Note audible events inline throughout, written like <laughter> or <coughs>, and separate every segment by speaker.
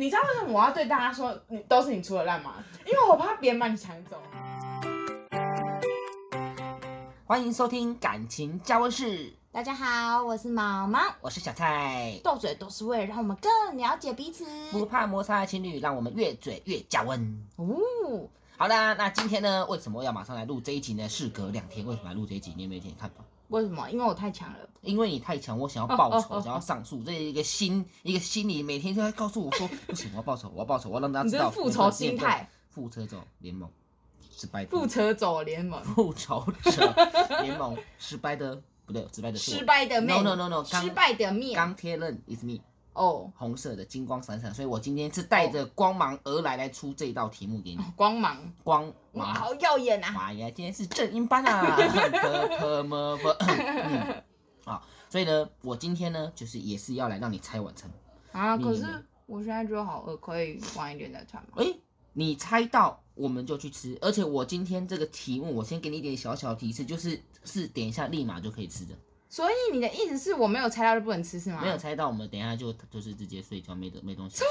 Speaker 1: 你知道为什么我要对大家说你都是你出的烂吗？因为我怕别人把你抢走。
Speaker 2: 欢迎收听感情教温室，
Speaker 3: 大家好，我是毛毛。
Speaker 2: 我是小蔡。
Speaker 3: 斗嘴都是为了让我们更了解彼此。
Speaker 2: 不怕摩擦的情侣，让我们越嘴越加温。
Speaker 3: 哦，
Speaker 2: 好啦，那今天呢，为什么要马上来录这一集呢？事隔两天，为什么来录这一集？你有没有点看法？
Speaker 3: 为什么？因为我太强了。
Speaker 2: 因为你太强，我想要报
Speaker 3: 哦
Speaker 2: 仇，
Speaker 3: 哦哦
Speaker 2: 想要上诉，这是一个心，一个心理，每天都在告诉我说，不行，我要报仇，我要报仇，我要让大家
Speaker 1: 你
Speaker 2: 知
Speaker 3: <laughs>
Speaker 1: 这
Speaker 2: 道
Speaker 1: 是复仇心
Speaker 2: 我的
Speaker 1: 态，
Speaker 2: 复仇者联盟失败的，
Speaker 1: 复仇者联盟，
Speaker 2: <laughs> 复仇者联盟失败的，不对，失败的是我
Speaker 3: 失败的面
Speaker 2: No no no no，
Speaker 3: 失
Speaker 2: 刚
Speaker 3: 败的面。
Speaker 2: 钢铁人 is me。
Speaker 3: 哦，
Speaker 2: 红色的，金光闪闪，所以我今天是带着光芒而来，来出这一道题目给你。
Speaker 1: 光芒，
Speaker 2: 光
Speaker 3: 哇，
Speaker 2: 芒，
Speaker 3: 好耀眼啊！
Speaker 2: 哇呀，今天是正音班啊，的科么不，嗯，好，所以呢，我今天呢，就是也是要来让你猜晚餐。
Speaker 1: 啊
Speaker 2: 你
Speaker 1: 可
Speaker 2: 呢
Speaker 1: 是我现在觉得好饿，可以晚一点再穿吗？
Speaker 2: 诶，你猜到我们就去吃，而且我今天这个题目，我先给你一点小小提示，就是是等一下立马就可以吃的，
Speaker 1: 所以你的意思是我没有猜到就不能吃是吗？
Speaker 2: 没有猜到我们等一下就就是直接睡觉，没得没东西吃。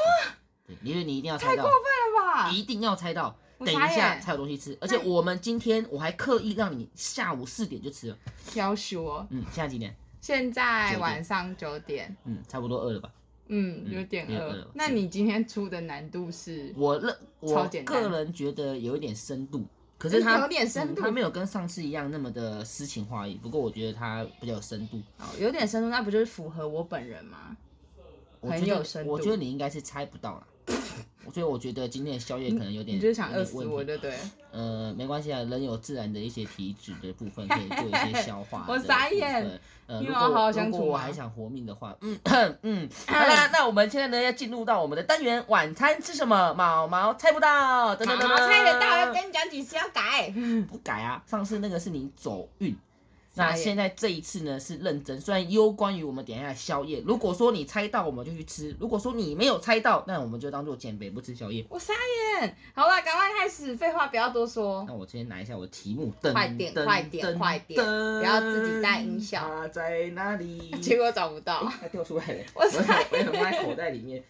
Speaker 2: 对，因为你一定要猜
Speaker 1: 太
Speaker 2: 到
Speaker 1: 过。分了吧？
Speaker 2: 一定要猜到，
Speaker 1: 啊我
Speaker 2: 等一
Speaker 1: 傻眼
Speaker 2: 下才有东西吃。而且我们今天我还刻意让你下午四点就吃了。
Speaker 1: 要求哦，
Speaker 2: 嗯，现在几点？
Speaker 1: 现
Speaker 2: 九
Speaker 1: 在
Speaker 2: 点
Speaker 1: 晚上九点，
Speaker 2: 嗯，差不多饿了吧？
Speaker 1: 嗯，
Speaker 2: 嗯
Speaker 1: 有点
Speaker 2: 有点
Speaker 1: 饿
Speaker 2: 饿。
Speaker 1: 那你今天出的难度是？
Speaker 2: 我认我
Speaker 1: 超简单
Speaker 2: 个人觉得有一点深度，可是它
Speaker 1: 有点深度
Speaker 2: 嗯它没有跟上次一样那么的诗情画意。不过我觉得它比较有深度，
Speaker 1: 哦，有点深度，那不就是符合我本人吗？
Speaker 2: 我觉
Speaker 1: 很
Speaker 2: 得
Speaker 1: 有深度
Speaker 2: 我觉得你应该是猜不到啦。 <laughs> 所以我觉得今天的宵夜可能有点，
Speaker 1: 你就是想
Speaker 2: 有
Speaker 1: 饿
Speaker 2: 点
Speaker 1: 死
Speaker 2: 问
Speaker 1: 我，
Speaker 2: 题
Speaker 1: 对不
Speaker 3: <laughs>
Speaker 1: 对？
Speaker 2: 呃，没关系啊，人有自然的一些体脂的部分可以做一
Speaker 1: <laughs>
Speaker 2: 些消化的部
Speaker 1: 我
Speaker 2: 分。
Speaker 1: 傻眼
Speaker 2: 呃，
Speaker 1: 你有
Speaker 2: 如果
Speaker 1: 好好
Speaker 2: 我
Speaker 1: 相
Speaker 2: 如果
Speaker 1: 处啊
Speaker 2: 我
Speaker 1: 吗
Speaker 2: 还想活命的话，嗯 <coughs> 嗯，好啦，那我们现在呢要进入到我们的单元，晚餐吃什么？毛毛猜不到，等
Speaker 3: 毛
Speaker 2: 等等，
Speaker 3: 毛猜得到，要跟你讲几次要改。
Speaker 2: 不改啊，上次那个是你走运。那
Speaker 1: 傻眼
Speaker 2: 现在这一次呢是认真，虽然攸关于我们等一下的宵夜。如果说你猜到，我们就去吃；如果说你没有猜到，那我们就当做减肥，不吃宵夜。
Speaker 1: 我傻眼，好了，赶快开始，废话不要多说。
Speaker 2: 那我先拿一下我的题目，噔，
Speaker 3: 哦快点
Speaker 2: 噔
Speaker 3: 快点
Speaker 2: 噔
Speaker 3: 快点
Speaker 2: 噔
Speaker 3: 不要自己带音效
Speaker 2: 它在哪
Speaker 3: <laughs>
Speaker 2: 里？
Speaker 1: 结果找不 <laughs> 到。
Speaker 2: 它掉出来了，
Speaker 1: 我
Speaker 2: 我有我有放在口袋里
Speaker 3: <laughs>
Speaker 2: 面。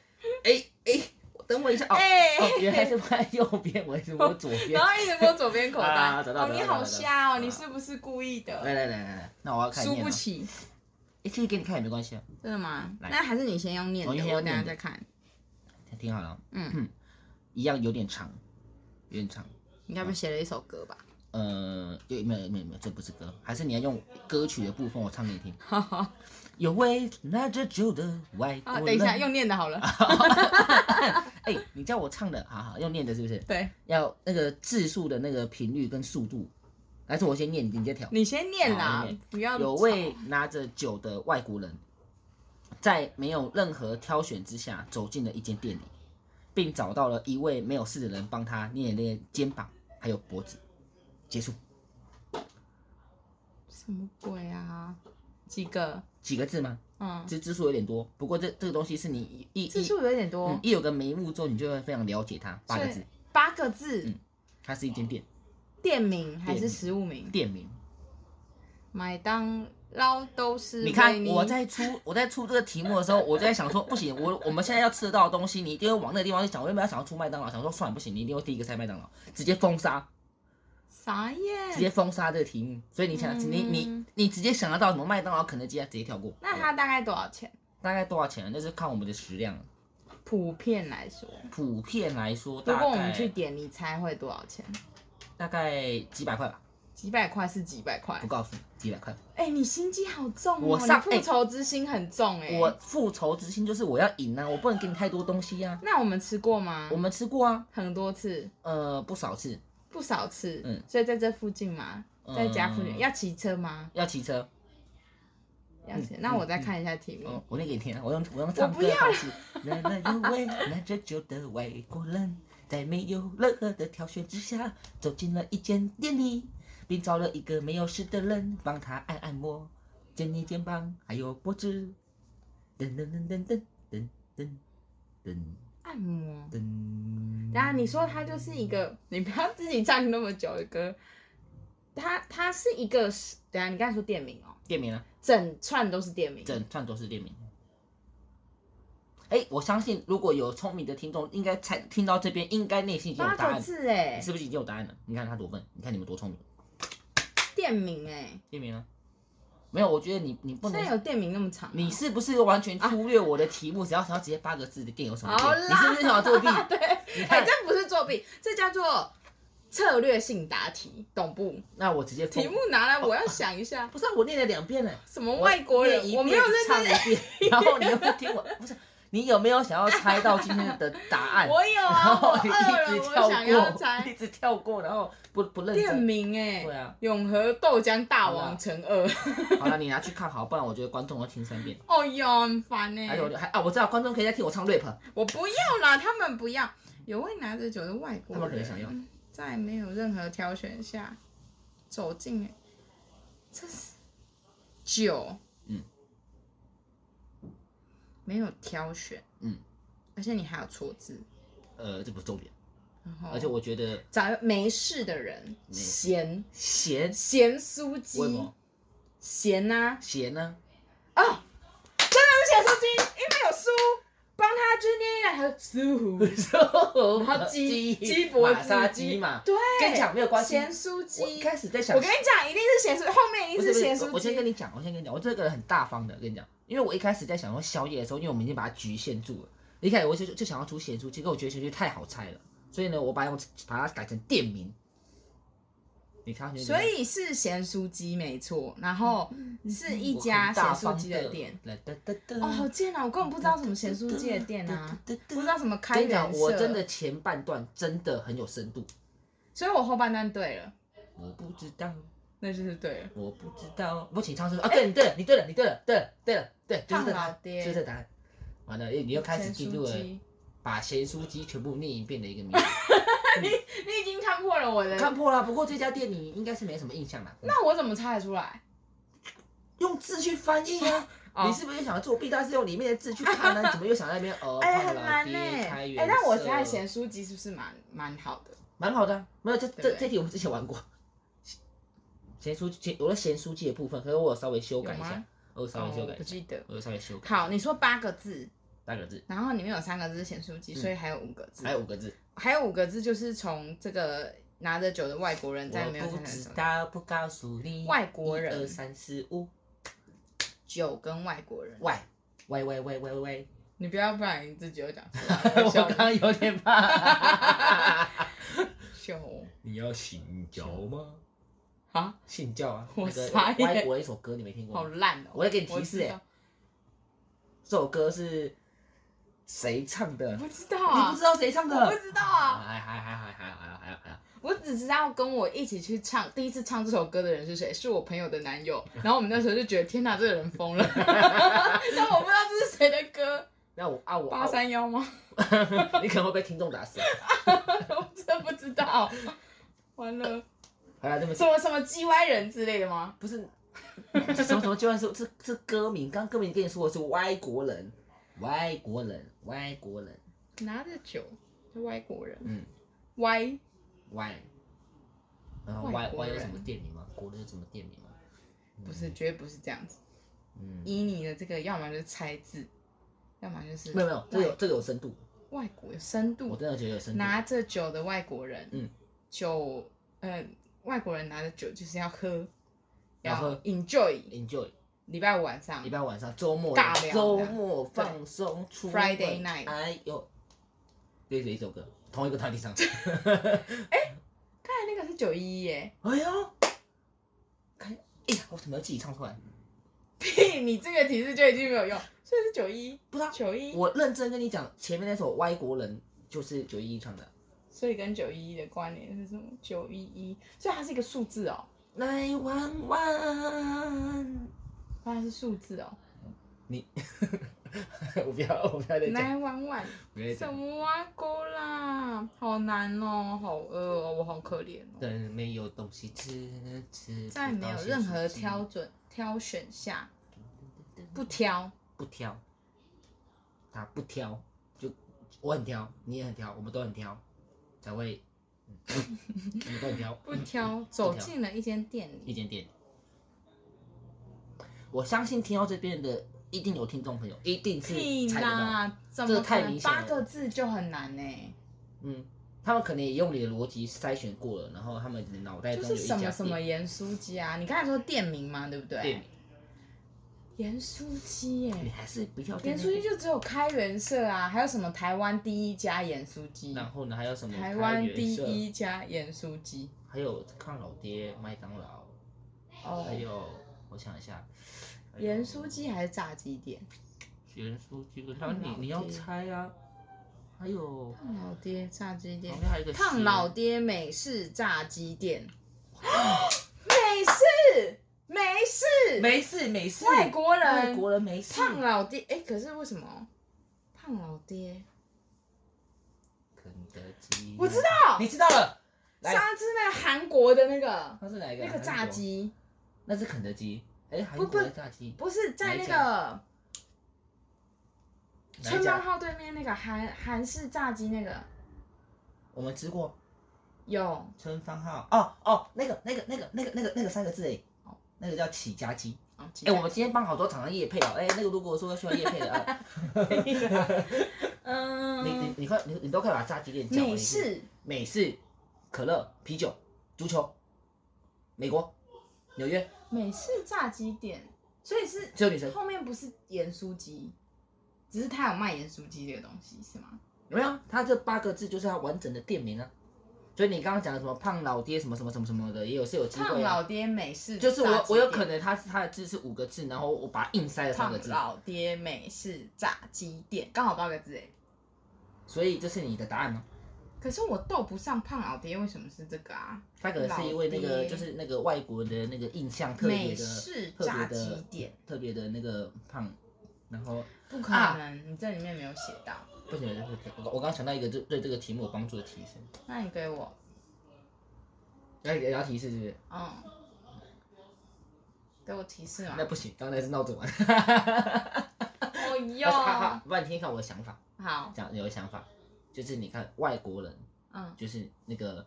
Speaker 2: 哎哎，我等我一下哦，
Speaker 1: 哎、
Speaker 2: 哦原来是放在右边，我一直摸左边
Speaker 3: <laughs>
Speaker 1: 然。后一直摸左边口袋。
Speaker 2: <laughs> 啊找到
Speaker 1: 哦，
Speaker 2: 找到
Speaker 1: 你
Speaker 2: 找到
Speaker 1: 好瞎
Speaker 2: 找
Speaker 1: 哦，
Speaker 2: 到
Speaker 1: 你是不是故意
Speaker 2: 来
Speaker 1: 的？
Speaker 2: 来来来来，那我要看
Speaker 1: 输
Speaker 2: 念啊
Speaker 1: 不
Speaker 2: 了。
Speaker 1: 起，
Speaker 2: 哎，其实给你看也没关系啊，
Speaker 1: 真的吗？
Speaker 2: 来
Speaker 1: 那还是你先用念的，
Speaker 2: 我先用
Speaker 1: 我等下
Speaker 2: 念的
Speaker 1: 再看。
Speaker 2: 听好了哦，
Speaker 1: 嗯
Speaker 2: 嗯，一样有点长，有点长。
Speaker 1: 你该不会写了一首歌吧？ <laughs>
Speaker 2: 呃，有没有没有没有，这不是歌，还是你要用歌曲的部分我唱给你听。
Speaker 1: 好好好
Speaker 2: 有位拿着酒的外国
Speaker 1: 啊，
Speaker 3: 哦
Speaker 2: 人。
Speaker 1: 等一下，用念的好了。
Speaker 2: 啊哎、你叫我唱的，好好用念的，是不是？
Speaker 1: 对，
Speaker 2: 要那个字数的那个频率跟速度。还是我先念，你再调。
Speaker 1: 你先念
Speaker 2: 好
Speaker 1: 啦
Speaker 2: 我先念，
Speaker 1: 不要
Speaker 2: 有位拿着酒的外国人，在没有任何挑选之下走进了一间店里，并找到了一位没有事的人帮他捏了捏肩膀还有脖子。结束
Speaker 1: 什么鬼啊？几个？
Speaker 2: 几个字吗？
Speaker 1: 嗯，
Speaker 2: 这字数有点多，不过这这个东西是你一一
Speaker 1: 字
Speaker 2: 一
Speaker 1: 数有点
Speaker 2: 嗯
Speaker 1: 多，
Speaker 2: 一有个眉目之后，你就会非常了解它。八个
Speaker 1: 所以
Speaker 2: 字，
Speaker 1: 八个字
Speaker 2: 嗯，它是一间店
Speaker 1: 店名还
Speaker 2: 店
Speaker 1: 是
Speaker 2: 名
Speaker 1: 食物名？
Speaker 2: 店名。
Speaker 1: 麦当劳都是
Speaker 2: 你看
Speaker 1: 维尼
Speaker 2: 我在出我在出这个题目的时候，我就在想说，不行，我我们现在要吃得到的东西，你一定会往那个地方去想。我原本要想要出麦当劳，想说算了，不行，你一定会第一个猜麦当劳，直接封杀，
Speaker 1: 傻眼，
Speaker 2: 直接封杀这个题目。所以你想，
Speaker 1: 嗯
Speaker 2: 你你你直接想得到什么麦当劳、肯德基啊，直接跳过。
Speaker 1: 那它大概多少钱？
Speaker 2: 大概多少钱啊？那是看我们的食量。
Speaker 1: 普遍来说，
Speaker 2: 普遍来说，
Speaker 1: 如
Speaker 2: 大
Speaker 1: 果我们去
Speaker 2: 概
Speaker 1: 点，你猜会多少钱？
Speaker 2: 大概几百块吧，
Speaker 1: 几百块是几百块
Speaker 2: 不。告诉你，几百块。
Speaker 1: 哎、你心机好重哦，
Speaker 2: 我上哎
Speaker 1: 你复仇之心很重哎、
Speaker 2: 我复仇之心就是我要赢啊，我不能给你太多东西啊。
Speaker 1: 那我们吃过吗？
Speaker 2: 我们吃过啊，
Speaker 1: 很多次，
Speaker 2: 呃，不少次，
Speaker 1: 不少次。
Speaker 2: 嗯
Speaker 1: 所以在这附近嘛，在家附近、
Speaker 2: 嗯
Speaker 1: 要骑车吗？
Speaker 2: 要骑车。
Speaker 1: 要骑。
Speaker 2: 嗯
Speaker 1: 那我再看一下题目。
Speaker 2: 哦，我念给你听啊，我用我用唱
Speaker 1: 我
Speaker 2: 歌
Speaker 1: 不
Speaker 2: 的
Speaker 1: 要
Speaker 2: 方式。那那有位拿着酒的外国人，在没有任何的挑选之下，走进了一间店里，并找了一个没有事的人帮他按按摩、捏捏肩膀，还有脖子。噔噔噔噔噔噔噔噔
Speaker 1: 按摩。
Speaker 2: 噔。
Speaker 1: 然后你说它就是一个， <laughs> 你不要自己唱那么久的歌，它它是一个是，等一下你刚才说店名哦，
Speaker 2: 店名啊，
Speaker 1: 整串都是店名，
Speaker 2: 整串都是店名。哎，我相信如果有聪明的听众，应该才听到这边，应该内心已经有
Speaker 1: 八
Speaker 2: 答
Speaker 1: 个
Speaker 2: 案，
Speaker 1: 字哎
Speaker 2: 你，是不是已经有答案了？你看他多笨，你看你们多聪明，
Speaker 1: 店名哎，
Speaker 2: 叶明啊，没有，我觉得你你不
Speaker 1: 现在
Speaker 2: 能，
Speaker 1: 有店名那么长吗， <laughs>
Speaker 2: 你是不是完全忽略我的题目？只要想要直接八个字的店有什么
Speaker 1: 好
Speaker 2: 店？
Speaker 1: 啦
Speaker 2: 你是不是想作弊？
Speaker 1: <laughs> 对，
Speaker 2: 你
Speaker 1: 哎，
Speaker 2: 看，
Speaker 1: 这不是作弊，这叫做策略性答题，懂不？
Speaker 2: 那我直接封
Speaker 1: 题目拿来，我要想一下，
Speaker 2: 不是、啊、 <laughs> 我念了两遍了。
Speaker 1: 什么外国人
Speaker 2: 我念一，遍
Speaker 1: 我没有
Speaker 2: 唱
Speaker 1: 认真，
Speaker 2: 一遍，然后你又不听我，不是你有没有想要猜到今天的答案？
Speaker 1: 我有
Speaker 2: 然
Speaker 1: 啊，我
Speaker 2: 后你
Speaker 1: 饿
Speaker 2: 一
Speaker 1: 了，
Speaker 2: 直跳
Speaker 1: 我想要
Speaker 2: 过，一
Speaker 1: 猜
Speaker 2: 直跳过，然后不不认
Speaker 1: 店
Speaker 2: 真。
Speaker 1: 名哎
Speaker 2: 对，啊，
Speaker 1: 永和豆浆大王乘二， <laughs>
Speaker 2: 好了，你拿去看好，不然我觉得观众要听三遍。
Speaker 1: 哦哟，很烦 <laughs> 哎
Speaker 2: 还，有还啊，我知道观众可以再听我唱 rap，
Speaker 1: 我不要啦，他们不要。有位拿着酒的外
Speaker 2: 他
Speaker 1: 国
Speaker 2: 们可能想要
Speaker 1: 人，在没有任何挑选下走进了，这是酒，
Speaker 2: 嗯，
Speaker 1: 没有挑选，
Speaker 2: 嗯，
Speaker 1: 而且你还有错字，
Speaker 2: 呃，这不是重点，
Speaker 1: 然后
Speaker 2: 而且我觉得
Speaker 1: 找没事的人，
Speaker 2: 事
Speaker 1: 咸
Speaker 2: 咸，
Speaker 1: 咸酥鸡
Speaker 2: 为什，么
Speaker 1: 咸呐、
Speaker 2: 咸
Speaker 1: <laughs>
Speaker 2: 呢？
Speaker 1: 啊，哦，真的是咸酥鸡，因为有酥，帮他就是捏一来和酥，
Speaker 2: 然
Speaker 1: 然后鸡鸡脖
Speaker 2: 马杀
Speaker 1: 子
Speaker 2: 鸡嘛，
Speaker 1: 对，
Speaker 2: 跟你讲没有关系。
Speaker 1: 咸酥
Speaker 2: 我
Speaker 1: 鸡
Speaker 2: 一，开始在想
Speaker 1: 我跟你讲，一定是咸酥，后面一
Speaker 2: 不
Speaker 1: 定
Speaker 2: 是不是
Speaker 1: 咸
Speaker 2: 我
Speaker 1: 酥
Speaker 2: 我先跟
Speaker 1: 鸡。
Speaker 2: 你讲，我先跟你讲，我这个人很大方的，跟你讲，因为我一开始在想说宵夜的时候，因为我们已经把它局限住了，一开始我就就想要出咸酥鸡，可我觉得咸酥鸡太好猜了，所以呢，我把它用把它改成店名。你看到咸酥鸡吗，
Speaker 1: 所以是咸酥鸡没错，然后是一
Speaker 2: 嗯我
Speaker 1: 家
Speaker 2: 很
Speaker 1: 咸
Speaker 2: 大
Speaker 1: 酥
Speaker 2: 方
Speaker 1: 鸡的店。。
Speaker 2: 哒哒哒哒
Speaker 1: 哦，好贱啊！我根本不知道什么咸酥鸡的店啊，，
Speaker 2: 哒哒
Speaker 1: 不
Speaker 2: 哒
Speaker 1: 知
Speaker 2: 哒
Speaker 1: 道什么开
Speaker 2: 跟你
Speaker 1: 元
Speaker 2: 讲，
Speaker 1: 社。
Speaker 2: 我真，的前半段真的很有深度。
Speaker 1: 所以我后半段对了，
Speaker 2: 我不知道，
Speaker 1: 那就是对了。
Speaker 2: 我不知道。我请唱是啊，对，你对了，你对了，你对了，对了，对了，对，就是
Speaker 1: 胖
Speaker 2: 这答
Speaker 1: 老
Speaker 2: 案，
Speaker 1: 哎爹
Speaker 2: 就是这答案。完了，哎你又开始
Speaker 1: 咸
Speaker 2: 进
Speaker 1: 酥
Speaker 2: 入了。
Speaker 1: 鸡
Speaker 2: 把咸酥鸡全部念一遍的一
Speaker 1: <laughs>
Speaker 2: 个名字。
Speaker 1: 你已经看破了我的，
Speaker 2: 看破了，不过这家店你应该是没什么印象啦。
Speaker 1: <laughs> 那我怎么猜得出来？
Speaker 2: 用字去翻译啊，
Speaker 1: <laughs> 哦
Speaker 2: 你是不是又想要作弊？但是用里面的字去看呢、怎么又想在那边
Speaker 1: <laughs>
Speaker 2: 呃？
Speaker 1: 哎、
Speaker 2: 胖
Speaker 1: 很
Speaker 2: 老
Speaker 1: 难
Speaker 2: 爹
Speaker 1: 呢、
Speaker 2: 开
Speaker 1: 哎、
Speaker 2: 元
Speaker 1: 但我
Speaker 2: 色
Speaker 1: 猜咸酥鸡是不是蛮蛮好的？
Speaker 2: 蛮好的啊、没有这
Speaker 1: 对
Speaker 2: 这
Speaker 1: 不对
Speaker 2: 这题我们之前玩过。咸酥鸡，有了咸酥鸡的部分，可是我有稍微修改一
Speaker 1: 有
Speaker 2: 下
Speaker 1: 吗，
Speaker 2: 我有稍微
Speaker 1: 哦
Speaker 2: 修
Speaker 1: 我
Speaker 2: 改
Speaker 1: 不
Speaker 2: 一下，
Speaker 1: 记得。
Speaker 2: 我有稍微修改
Speaker 1: 好，你说八个字，
Speaker 2: 八个字，
Speaker 1: 然后里面有三个字是咸酥鸡，所以还有五个字，
Speaker 2: 嗯还有五个字。
Speaker 1: 还有五个字就是从这个拿着酒的外国人在没有
Speaker 2: 我不
Speaker 1: 参加的
Speaker 2: 知
Speaker 1: 时候
Speaker 2: 道，不告诉你。
Speaker 1: 外国人
Speaker 2: 一二三四五，
Speaker 1: 酒跟外国人，
Speaker 2: 喂喂喂喂喂喂。
Speaker 1: <laughs> 你不要不然你自己又讲出 <laughs> 来，
Speaker 2: 我刚刚有点怕。
Speaker 1: 酒
Speaker 2: 你要信教吗？
Speaker 1: 啊，
Speaker 2: <laughs> 信教啊！
Speaker 1: 我
Speaker 2: 那个
Speaker 1: 傻眼
Speaker 2: 外国的一首歌，你没听过
Speaker 1: 好
Speaker 2: 吗？
Speaker 1: 烂哦、
Speaker 2: 我在给你提示
Speaker 1: 我
Speaker 2: 哎、
Speaker 1: 知道
Speaker 2: 这首歌是谁唱的？
Speaker 1: 我
Speaker 2: 欸你
Speaker 1: 不知道
Speaker 2: 不
Speaker 1: 啊
Speaker 2: 知，道谁
Speaker 1: 我
Speaker 2: 唱的
Speaker 1: 不？知道啊，
Speaker 2: 还还还还还还还还
Speaker 1: 我只知道跟我一起去唱第一次唱这首歌的人是谁，是我朋友的男
Speaker 2: <laughs>
Speaker 1: 友。然后我们那时候就觉得天哪，这个人疯了，但我不知道这是谁的歌，
Speaker 2: 那我啊我
Speaker 1: 八
Speaker 2: 啊
Speaker 1: 三幺吗？
Speaker 2: 我 <laughs> 你可能会被听众
Speaker 1: <laughs>
Speaker 2: 打死。
Speaker 1: 我真的不知道，完了，
Speaker 2: 好了，对不
Speaker 1: 什
Speaker 2: 起，
Speaker 1: 么什么鸡歪人之类的吗？
Speaker 2: 不是什么什么，就算是是是歌名，刚歌名跟你说的是外国人，外国人，外国人，
Speaker 1: 拿着酒，外国人，
Speaker 2: 嗯。
Speaker 1: 歪
Speaker 2: 歪，然后
Speaker 1: 外
Speaker 2: 歪
Speaker 1: 国
Speaker 2: 歪有什
Speaker 1: 人
Speaker 2: 么店名吗？国人有什么店名吗？
Speaker 1: 不是，绝对不是这样子。
Speaker 2: 嗯，
Speaker 1: 以你的这个，要么就是猜字，要么就是
Speaker 2: 没有没有，这个有这个有深度，
Speaker 1: 外外国有深度，
Speaker 2: 我真的觉得有深度。
Speaker 1: 拿着酒的外国人，
Speaker 2: 嗯，
Speaker 1: 酒，呃，外国人拿着酒就是要喝，
Speaker 2: 要喝
Speaker 1: enjoy。
Speaker 2: Enjoy，
Speaker 1: 礼拜五晚上
Speaker 2: 礼拜晚上周末
Speaker 1: 尬聊
Speaker 2: 周末放松出门
Speaker 1: Friday night
Speaker 2: 哎呦，这是一首歌，同一个团体唱。
Speaker 1: 看来那个是九一一耶， <laughs>
Speaker 2: 哎呦，看，哎呀，我怎么要自己唱出来？
Speaker 1: 屁！你这个提示就已经没有用，所以是九一，
Speaker 2: 不知道，
Speaker 1: 九一，
Speaker 2: 我认真跟你讲，前面那首外国人就是九一一唱的。
Speaker 1: 所以跟九一一的关联是什么？九一一，所以它是一个数字哦，
Speaker 2: 来玩玩，
Speaker 1: 它是数字哦，
Speaker 2: <laughs> 我不要，我不要再讲，
Speaker 1: 来玩玩，
Speaker 2: 不要再
Speaker 1: 什
Speaker 2: 讲。
Speaker 1: 么啊，勾啦，好难哦，好饿哦，我好可怜哦，
Speaker 2: 等没有东西吃，吃
Speaker 1: 在没有任何挑准挑选下，不挑，
Speaker 2: 不挑，他不挑，就我很挑，你也很挑，我们都很挑，才会，嗯 <laughs> 我们都很挑
Speaker 1: 不挑，走进了一间店
Speaker 2: 一
Speaker 1: 里，
Speaker 2: 间店。我相信听到这边的一定有听众朋友，一定是
Speaker 1: 屁
Speaker 2: 猜得到。
Speaker 1: 啦，怎
Speaker 2: 这
Speaker 1: 么
Speaker 2: 个
Speaker 1: 可
Speaker 2: 太
Speaker 1: 能
Speaker 2: 明显
Speaker 1: 八
Speaker 2: 了
Speaker 1: 个字就很难呢、
Speaker 2: 嗯，他们可能也用你的逻辑筛选过了，然后他们的脑袋
Speaker 1: 就
Speaker 2: 中有
Speaker 1: 是
Speaker 2: 一
Speaker 1: 什
Speaker 2: 家
Speaker 1: 么什么
Speaker 2: 店
Speaker 1: 盐酥鸡啊？你刚才说店名嘛，对不对？
Speaker 2: 店名，
Speaker 1: 盐酥鸡
Speaker 2: <laughs>
Speaker 1: 耶、
Speaker 2: 你还是不要在
Speaker 1: 盐
Speaker 2: 那
Speaker 1: 酥鸡
Speaker 2: 边
Speaker 1: 就只有开元社啊，还有什么台湾第一家盐酥鸡？
Speaker 2: 然后呢，还有什么
Speaker 1: 台湾
Speaker 2: 开
Speaker 1: 第
Speaker 2: 元社，
Speaker 1: 一家盐酥鸡。
Speaker 2: 还有康老爹、麦当劳，
Speaker 1: 哦
Speaker 2: 还，有我想一下，还有
Speaker 1: 盐酥鸡还是炸鸡店？
Speaker 2: 盐酥鸡，然
Speaker 1: 康
Speaker 2: 后
Speaker 1: 老
Speaker 2: 你
Speaker 1: 爹
Speaker 2: 你要猜啊，还有
Speaker 1: 胖老爹炸鸡店
Speaker 2: 旁，边还有一个
Speaker 1: 胖
Speaker 2: 斜
Speaker 1: 老爹美式炸鸡
Speaker 2: <laughs>
Speaker 1: 店，美式美式
Speaker 2: 没事没事，
Speaker 1: 外国
Speaker 2: 外
Speaker 1: 人
Speaker 2: 国人没事，
Speaker 1: 胖老爹，哎、可是为什么胖老爹？
Speaker 2: 肯德基，
Speaker 1: 我知，道
Speaker 2: 你，知道了，来，
Speaker 1: 上次那个韩国的那个
Speaker 2: 那是哪一个？
Speaker 1: 那个炸
Speaker 2: 韩国，
Speaker 1: 鸡，
Speaker 2: 那是肯德基，哎，韩
Speaker 1: 不
Speaker 2: 国
Speaker 1: 不
Speaker 2: 的炸鸡，
Speaker 1: 不是在
Speaker 2: 哪
Speaker 1: 那
Speaker 2: 一
Speaker 1: 个
Speaker 2: 哪
Speaker 1: 春
Speaker 2: 一
Speaker 1: 江
Speaker 2: 家？
Speaker 1: 号对面那个韩韩式炸鸡那个
Speaker 2: 我们吃过
Speaker 1: 有。
Speaker 2: 春芳号，哦哦，那个那个那个那个那个那个三个字哎
Speaker 1: 哦，
Speaker 2: 那个叫起家鸡。
Speaker 1: 哦鸡
Speaker 2: 哎、
Speaker 1: 蛋
Speaker 2: 我们今天帮好多厂商业配哦、哎、那个如果说需要业配的啊，
Speaker 1: <laughs>
Speaker 2: 你你
Speaker 1: 嗯，
Speaker 2: 你快你你都快把炸鸡店讲完
Speaker 1: 美
Speaker 2: 一次
Speaker 1: 式
Speaker 2: 美式、可乐、啤酒、足球、美国、纽约，
Speaker 1: 美式炸鸡店，所以是
Speaker 2: 只有女生
Speaker 1: 后面不是盐酥鸡，只是他有卖盐酥鸡这个东西是吗？
Speaker 2: 有没有？它这八个字就是它完整的店名啊。所以你刚刚讲的什么胖老爹什么什么什么什么的，也有是有机
Speaker 1: 胖
Speaker 2: 会啊。
Speaker 1: 老爹美式炸鸡
Speaker 2: 就
Speaker 1: 店，
Speaker 2: 是我我有可能它是它的字是五个字，然后我把它硬塞了三个
Speaker 1: 胖
Speaker 2: 字，
Speaker 1: 老爹美式炸鸡店，刚好八个字哎。
Speaker 2: 所以这是你的答案吗？
Speaker 1: 可是我斗不上胖老爹，为什么是这个啊？
Speaker 2: 它可能是因为那
Speaker 1: 老
Speaker 2: 个
Speaker 1: 爹
Speaker 2: 就是那个外国的那个印象特别
Speaker 1: 美
Speaker 2: 的
Speaker 1: 式
Speaker 2: 特
Speaker 1: 炸
Speaker 2: 别
Speaker 1: 鸡
Speaker 2: 的
Speaker 1: 店
Speaker 2: 特别的那个胖，然后
Speaker 1: 不可
Speaker 2: 啊
Speaker 1: 能，你这里面没有写到。
Speaker 2: 不行，我我刚刚想到一个对对这个题目有帮助的提示，
Speaker 1: 那你给我，
Speaker 2: 要也要提示是不是？
Speaker 1: 嗯，给我提示嘛
Speaker 2: 那。不行，刚才是闹着玩。
Speaker 1: 哦
Speaker 2: 要哈
Speaker 1: 哟
Speaker 2: 哈，， <laughs> 不然你听看我的想法，
Speaker 1: 好，
Speaker 2: 讲有个想法，就是你看外国人，
Speaker 1: 嗯
Speaker 2: 就是那个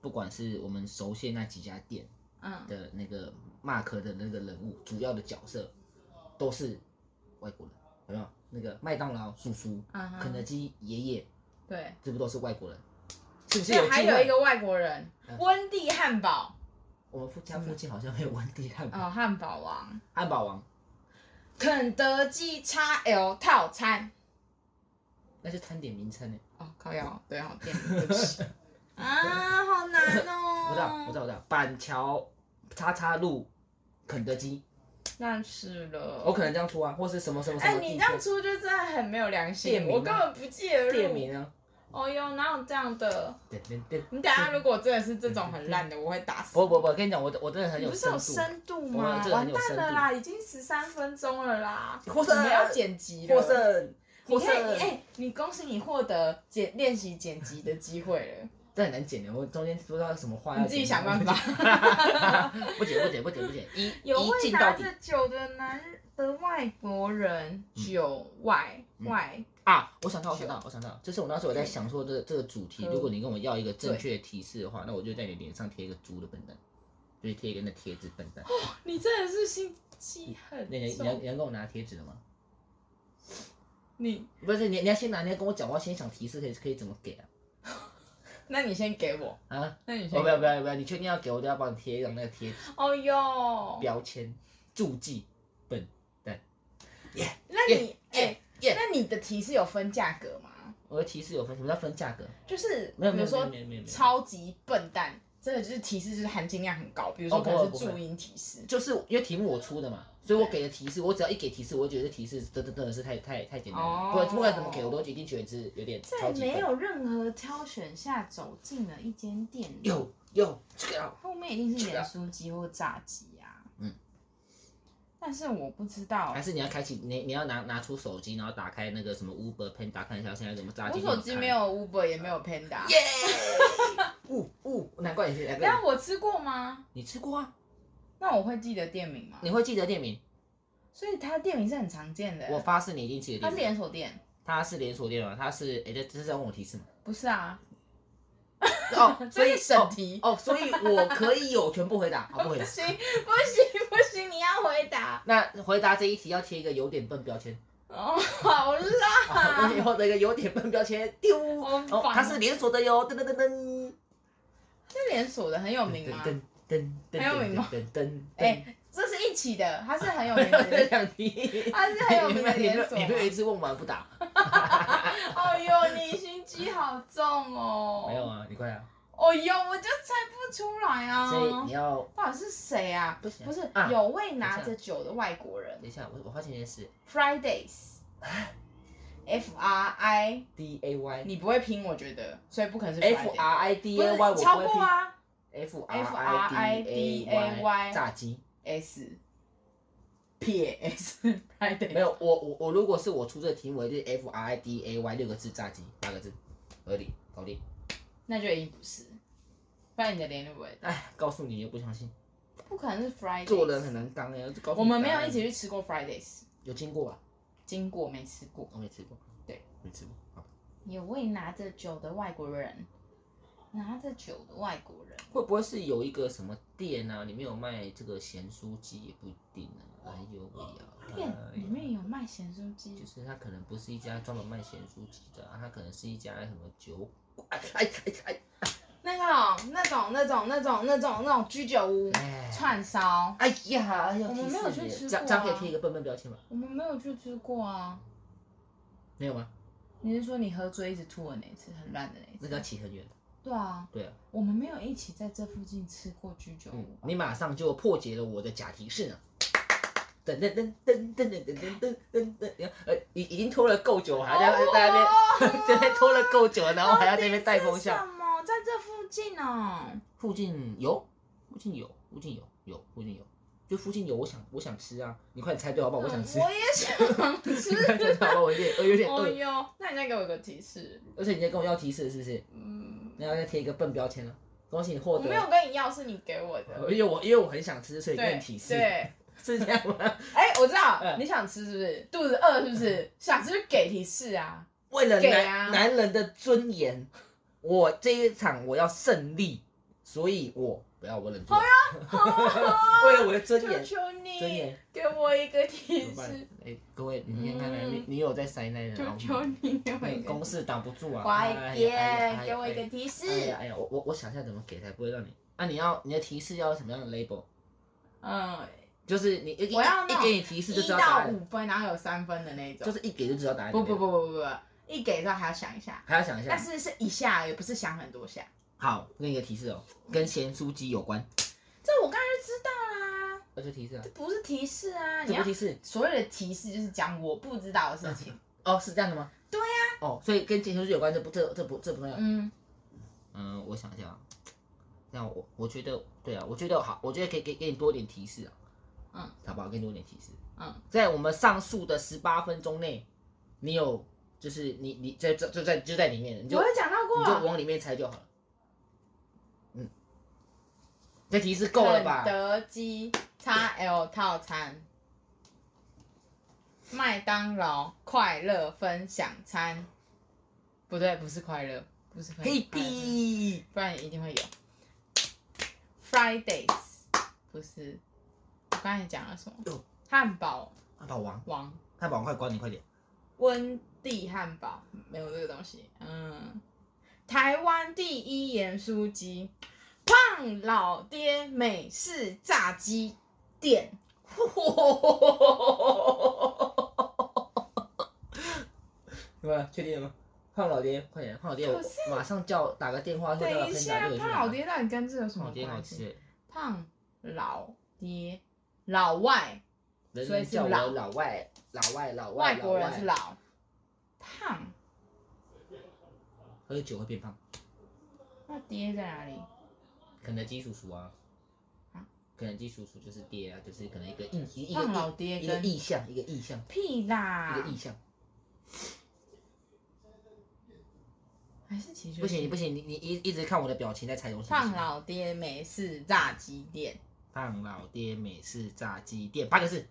Speaker 2: 不管是我们熟悉那几家店
Speaker 1: 嗯，
Speaker 2: 的那个 Mark 的那个人物，主要的角色都是外国人，有没有？那个麦当劳叔叔、
Speaker 1: 嗯哼
Speaker 2: 肯德基爷爷，
Speaker 1: 对，
Speaker 2: 这不都是外国人？是不是
Speaker 1: 所以
Speaker 2: 有
Speaker 1: 还
Speaker 2: 机
Speaker 1: 有一
Speaker 2: 会？
Speaker 1: 个外国人，
Speaker 2: 嗯
Speaker 1: 温蒂汉堡，
Speaker 2: 我们附家附近好像没有温蒂汉堡
Speaker 1: 哦，汉堡王，
Speaker 2: 汉堡王，
Speaker 1: 肯德基 XL 套餐，
Speaker 2: 那是餐点名称呢。
Speaker 1: 哦，靠腰，对哦，
Speaker 2: <laughs>
Speaker 1: 店名，对不起，啊，好难哦，
Speaker 2: 我知道，我知道，我知道，板桥叉叉路肯德基，
Speaker 1: 烂死了，
Speaker 2: 我可能这样出啊，或是什么什么什
Speaker 1: 哎，
Speaker 2: 么
Speaker 1: 你
Speaker 2: 地
Speaker 1: 这样
Speaker 2: 方
Speaker 1: 出就真的很没有良
Speaker 2: 店
Speaker 1: 心，
Speaker 2: 名啊
Speaker 1: 我根本不记得路
Speaker 2: 店，名啊？
Speaker 1: 哦哟，哪有这样的？
Speaker 2: 对对对，
Speaker 1: 你等一下如果真的是这种很烂的，我会打死
Speaker 2: 嗯不不不，我跟你讲，我我真的很
Speaker 1: 你
Speaker 2: 有
Speaker 1: 不是有
Speaker 2: 度，
Speaker 1: 深度
Speaker 2: 我
Speaker 1: 吗？
Speaker 2: 有这个很
Speaker 1: 完
Speaker 2: 有
Speaker 1: 蛋
Speaker 2: 深
Speaker 1: 了
Speaker 2: 度
Speaker 1: 啦，已经十三分钟了啦，
Speaker 2: <laughs> 获
Speaker 1: 我
Speaker 2: 胜
Speaker 1: 们要剪辑了。
Speaker 2: 获胜
Speaker 1: 你可以，
Speaker 2: 获胜
Speaker 1: 你，哎、你恭喜你获得剪练习剪辑的机会
Speaker 2: <laughs>
Speaker 1: 了，
Speaker 2: 这很难剪的，我中间不知道什么话要
Speaker 1: 你自己想办法。
Speaker 2: 法， <laughs> 不剪不剪不剪不剪， <laughs> 一
Speaker 1: 有
Speaker 2: 一
Speaker 1: 会
Speaker 2: 进到
Speaker 1: 拿
Speaker 2: 底
Speaker 1: 着酒的男的外国人，
Speaker 2: 嗯
Speaker 1: 酒外、
Speaker 2: 嗯
Speaker 1: 外，
Speaker 2: 啊！我想到我想到我想到，就是我那时候我在想说这个这个主题，
Speaker 1: 嗯
Speaker 2: 如果你跟我要一个正
Speaker 1: 对
Speaker 2: 确的提示的话，那我就在你脸上贴一个猪的笨蛋，就是贴一个那贴纸笨 <laughs> 蛋。
Speaker 1: 你真的是心机很
Speaker 2: 嗯那你你要
Speaker 1: 重。
Speaker 2: 你要跟我拿贴纸了吗？
Speaker 1: 你，
Speaker 2: 不是你你要先拿，你要跟我讲，我要先想提示可以可以怎么给啊
Speaker 1: 那你先给我，
Speaker 2: 啊！
Speaker 1: 那你先
Speaker 2: <laughs> 哦不
Speaker 1: 给
Speaker 2: 要
Speaker 1: 我。
Speaker 2: 不要不要，你确定要给我就要帮你贴一张那个贴纸
Speaker 1: 哦哟，
Speaker 2: 标签注记笨蛋。
Speaker 1: 那你哎、
Speaker 2: 耶耶
Speaker 1: 那你的提示有分价格吗？
Speaker 2: 我的提示有分，什么叫分价格？
Speaker 1: 就是
Speaker 2: 没有
Speaker 1: 比如
Speaker 2: 没有没有
Speaker 1: 说
Speaker 2: 没有没有没有，
Speaker 1: 超级笨蛋，真的就是提示就是含金量很高，比如说
Speaker 2: 哦
Speaker 1: 可
Speaker 2: 不会
Speaker 1: 能
Speaker 2: 不
Speaker 1: 是
Speaker 2: 会
Speaker 1: 注音提示。
Speaker 2: 就是因为题目我出的嘛，所以我给的提示，我只要一给提示，我觉得提示真的真的是太太太简单了，
Speaker 1: 哦
Speaker 2: 不管不管怎么给，我都一定觉得是有点
Speaker 1: 在
Speaker 2: 超级
Speaker 1: 没
Speaker 2: 笨。
Speaker 1: 有任何挑选下走进了一间店，
Speaker 2: 有有这个要
Speaker 1: 后面一定是盐酥鸡或炸鸡啊。
Speaker 2: 嗯，
Speaker 1: 但是我不知道
Speaker 2: 还，是你要开启你你要拿拿出手机，然后打开那个什么 Uber Pen，打开一下现在怎么炸
Speaker 1: 我
Speaker 2: 鸡给你看。
Speaker 1: 手机没有 Uber 也没有 Panda，
Speaker 2: 耶！呜呜，难怪你是，难怪
Speaker 1: 那
Speaker 2: 你
Speaker 1: 我吃过吗？
Speaker 2: 你吃过啊？
Speaker 1: 那我会记得店名吗？
Speaker 2: 你会记得店名？
Speaker 1: 所以它的店名是很常见的，
Speaker 2: 我发誓你一定记
Speaker 1: 它
Speaker 2: 得
Speaker 1: 是
Speaker 2: 店名。
Speaker 1: 连锁店，
Speaker 2: 它是连锁店嘛？它是哎，这这是在问我提示吗？
Speaker 1: 不是啊？
Speaker 2: 哦，所
Speaker 1: <laughs>
Speaker 2: 以
Speaker 1: 这是审题
Speaker 2: 哦哦，哦所以我可以有全部回答，好不回
Speaker 1: <laughs> 不
Speaker 2: 答。
Speaker 1: 行不行不行，
Speaker 3: 西你要回答？
Speaker 2: 那回答这一题要贴一个有点笨标签，
Speaker 3: 哦，
Speaker 2: <laughs>
Speaker 3: 好烂，
Speaker 2: 啊、以后那个有点笨标签丢，
Speaker 1: 好
Speaker 2: 哦
Speaker 1: 烦，
Speaker 2: 它是连锁的哟，噔噔噔噔，
Speaker 1: 是连锁的，很有名
Speaker 2: 噔
Speaker 1: 吗？
Speaker 2: 噔噔噔，
Speaker 1: 很有名吗
Speaker 2: 噔噔噔，
Speaker 1: 哎、这是一起的，它是很哎有
Speaker 2: 没有
Speaker 1: 名
Speaker 2: 这 <laughs>
Speaker 1: 的，
Speaker 2: 两题，
Speaker 1: 它是很有
Speaker 2: <laughs> 你
Speaker 1: 名的
Speaker 2: 们你
Speaker 1: 连
Speaker 2: 们
Speaker 1: 锁啊
Speaker 2: 你
Speaker 1: 吗。
Speaker 2: 们有一次问完不打，
Speaker 1: 哦哟，你心机好重哦。
Speaker 2: 没有。啊，你快啊，
Speaker 1: 哦哟，我就猜不出来啊。
Speaker 2: 所以你要
Speaker 1: 到底是谁啊？
Speaker 2: 不行啊
Speaker 1: 不是、
Speaker 2: 啊
Speaker 1: 有位拿
Speaker 2: 等
Speaker 1: 着酒的外国人
Speaker 2: 等一下，我我发现一件事
Speaker 1: ，Fridays，F R I，
Speaker 2: ，D A Y
Speaker 1: 你不会拼，我觉得，所以不可能是
Speaker 2: F
Speaker 1: Friday。
Speaker 2: R I D
Speaker 1: 不
Speaker 2: A Y，我
Speaker 1: 是超过啊
Speaker 2: F
Speaker 1: F R I D A Y
Speaker 2: 炸鸡。
Speaker 1: ，S 撇 S <laughs> Friday，
Speaker 2: 没有，我我我如果是我出这个题目，我就是 F R I D A Y 六个字炸鸡，八个字，合理搞定。
Speaker 1: 那就一定不是，不然你的连都不会，
Speaker 2: 哎，告诉你又不相信，
Speaker 1: 不可能是 Friday。
Speaker 2: 做人很难当哎、就告诉你
Speaker 1: 我们没有
Speaker 2: 答案
Speaker 1: 一起去吃过 Fridays，
Speaker 2: 啊有经过吧？
Speaker 1: 经过没吃过。
Speaker 2: 我没吃过，
Speaker 1: 对，
Speaker 2: 没吃过。好吧
Speaker 1: 有位拿着酒的外国人，拿着酒的外国人，
Speaker 2: 会不会是有一个什么店啊，里面有卖这个咸酥鸡也不一定啊？哎呦喂呀！
Speaker 1: 店
Speaker 2: 哎
Speaker 1: 里
Speaker 2: 呀
Speaker 1: 面有卖咸酥鸡
Speaker 2: 就，是它可能不是一家专门卖咸酥鸡的、啊，它可能是一家什么酒馆，哎哎哎哎
Speaker 1: 那个那种那种那种那种那种居酒屋
Speaker 2: 哎，
Speaker 1: 串烧，
Speaker 2: 哎呀，哎呀，
Speaker 1: 我们
Speaker 2: 提示
Speaker 1: 没有去
Speaker 2: 你
Speaker 1: 吃
Speaker 2: 这样
Speaker 1: 过
Speaker 2: 这样可以
Speaker 1: 啊
Speaker 2: 贴一个笨笨标签吗？
Speaker 1: 我们没有去吃过啊。
Speaker 2: 没有吗？
Speaker 1: 你是说你喝醉一直吐的那一次，很烂的那一
Speaker 2: 那个要
Speaker 1: 次？
Speaker 2: 骑很远。
Speaker 1: 对啊，
Speaker 2: 对啊，
Speaker 1: 我们没有一起在这附近吃过居酒
Speaker 2: 嗯
Speaker 1: 屋，吧。
Speaker 2: 你马上就破解了我的假提示呢。噔噔噔噔噔噔噔噔噔噔，呃，已已经拖了够久，
Speaker 1: 啊
Speaker 2: 还在 <laughs> 在那
Speaker 1: 哦
Speaker 2: 边，对，拖了够久，然后还要在那边带风
Speaker 1: 什
Speaker 2: 向。
Speaker 1: 么？在这附近哦。
Speaker 2: 附近有，附近有，附近有，有，附近有，就附近有，我想我想吃啊，你快点猜对好不好？我想吃，
Speaker 1: 嗯我也
Speaker 2: <laughs>
Speaker 1: 想
Speaker 2: 你快点
Speaker 1: 吃。
Speaker 2: 猜好不好？我有点饿，有点
Speaker 1: 哦
Speaker 2: 饿，
Speaker 1: 哟，那你再给我一个提示。
Speaker 2: 而且你在跟我要提示是不是？
Speaker 1: 嗯，
Speaker 2: 那要再贴一个笨标签了，恭喜你获
Speaker 1: 我
Speaker 2: 得
Speaker 1: 没。有跟你要，是你给我的。
Speaker 2: 因为我因为我很想吃，所以给
Speaker 1: 对
Speaker 2: 你提示，
Speaker 1: 对，
Speaker 2: 是这样吗？
Speaker 1: 哎，我知道
Speaker 2: 嗯
Speaker 1: 你想吃是不是？肚子饿是不是？想吃就给提示啊。
Speaker 2: 为了
Speaker 1: 给
Speaker 2: 男、
Speaker 1: 啊
Speaker 2: 男人的尊严，我这一场我要胜利，所以我不要我忍住了，为了我的尊
Speaker 1: 求
Speaker 2: 严，
Speaker 1: 求
Speaker 2: 尊
Speaker 1: 你
Speaker 2: 严
Speaker 1: 给我一个
Speaker 2: 怎
Speaker 1: 提
Speaker 2: 么办
Speaker 1: 示，？
Speaker 2: 哎，各位，你看看来，
Speaker 1: 嗯
Speaker 2: 你你有在塞奶的，
Speaker 1: 求
Speaker 2: 然
Speaker 1: 求
Speaker 2: 后
Speaker 1: 你给我一
Speaker 2: 你
Speaker 1: 个
Speaker 2: 公
Speaker 1: 提示。
Speaker 2: 式挡不住啊！
Speaker 1: 快
Speaker 2: 哎
Speaker 1: 点，给我一个。
Speaker 2: 哎
Speaker 1: 提
Speaker 2: 哎哎呀
Speaker 1: 示。
Speaker 2: 哎呀，我我我想一下怎么给才不会让你。那、你要你的提示要什么样的 label？
Speaker 1: 嗯，
Speaker 2: 就是你一一
Speaker 1: 我要那
Speaker 2: 一
Speaker 1: 种
Speaker 2: 给你提示就
Speaker 1: 一
Speaker 2: 知道答
Speaker 1: 到
Speaker 2: 案了，
Speaker 1: 五分，然后有三分的那种。
Speaker 2: 就是一给就知道答案。
Speaker 1: 不不不，不不不，一给之后还要想一下，
Speaker 2: 还要想一下
Speaker 1: 但。是是一下，也不是想很多下。
Speaker 2: 好，我给你一个提示哦，跟咸酥鸡有关。
Speaker 1: 这我刚才就知道啦，
Speaker 2: 而且提示啊
Speaker 1: 这，不是提示啊！
Speaker 2: 什
Speaker 1: 你
Speaker 2: 么
Speaker 1: 要
Speaker 2: 提示？
Speaker 1: 所有的提示就是讲我不知道的事情。
Speaker 2: 哦，是这样的吗？
Speaker 1: 对呀、
Speaker 2: 哦，所以跟健身有关，这不这这不这不重要。嗯、
Speaker 1: 嗯，
Speaker 2: 我想一下啊，这样我我觉得对啊，我觉得好，我觉得可以给给你多一点提示啊。
Speaker 1: 嗯，
Speaker 2: 好不好？给你多一点提示。
Speaker 1: 嗯，
Speaker 2: 在我们上述的十八分钟内，你有就是你你在这就在就在里面了，你就
Speaker 1: 我有讲到
Speaker 2: 你就
Speaker 1: 过。啊
Speaker 2: 往里面猜就好了。嗯，这提示够了吧
Speaker 1: 肯？德基 XL 套餐，麦当劳快乐分享餐，不对，不是快乐，不是分
Speaker 2: 嘿
Speaker 1: 快乐
Speaker 2: 屁！
Speaker 1: 不然一定会有。Fridays 不是，我刚才讲了什么
Speaker 2: 有？
Speaker 1: 汉堡
Speaker 2: 汉堡王，
Speaker 1: 王、
Speaker 2: 汉堡王快关你快点！
Speaker 1: 温蒂汉堡没有这个东西。嗯，台湾第一盐酥鸡，胖老爹美式炸鸡店。 <laughs>
Speaker 2: 怎么了？确定了吗？胖老爹，快点！胖老爹，我
Speaker 1: 可是
Speaker 2: 马上叫打个电话，或者
Speaker 1: 等
Speaker 2: 叫
Speaker 1: 一
Speaker 2: 喷打
Speaker 1: 下
Speaker 2: 就，有去
Speaker 1: 胖
Speaker 2: 拿
Speaker 1: 老爹到底跟这有什
Speaker 2: 胖
Speaker 1: 么
Speaker 2: 老爹好
Speaker 1: 关
Speaker 2: 吃
Speaker 1: 系？
Speaker 2: 耶，
Speaker 1: 胖老爹，老外，
Speaker 2: 人
Speaker 1: 所以
Speaker 2: 人
Speaker 1: 是
Speaker 2: 叫我
Speaker 1: 老
Speaker 2: 啊老外，老外，老
Speaker 1: 外
Speaker 2: 外，
Speaker 1: 国人是
Speaker 2: 老外，
Speaker 1: 老，胖，
Speaker 2: 喝酒会变胖。
Speaker 1: 那爹在哪里？
Speaker 2: 肯德基叔叔啊
Speaker 1: 啊，嗯
Speaker 2: 肯德基叔叔就是爹啊，就是可能一个印一一个
Speaker 1: 胖老
Speaker 2: 意
Speaker 1: 爹
Speaker 2: 一个
Speaker 1: 跟啊
Speaker 2: 意向，一个意向，
Speaker 1: 屁
Speaker 2: 一
Speaker 1: 啦
Speaker 2: 个，意向。
Speaker 1: 还是其实
Speaker 2: 不行，不行，你你一一直看我的表情在猜东西。
Speaker 1: 胖老爹美式炸鸡店，
Speaker 2: 胖老爹美式炸鸡店八个字。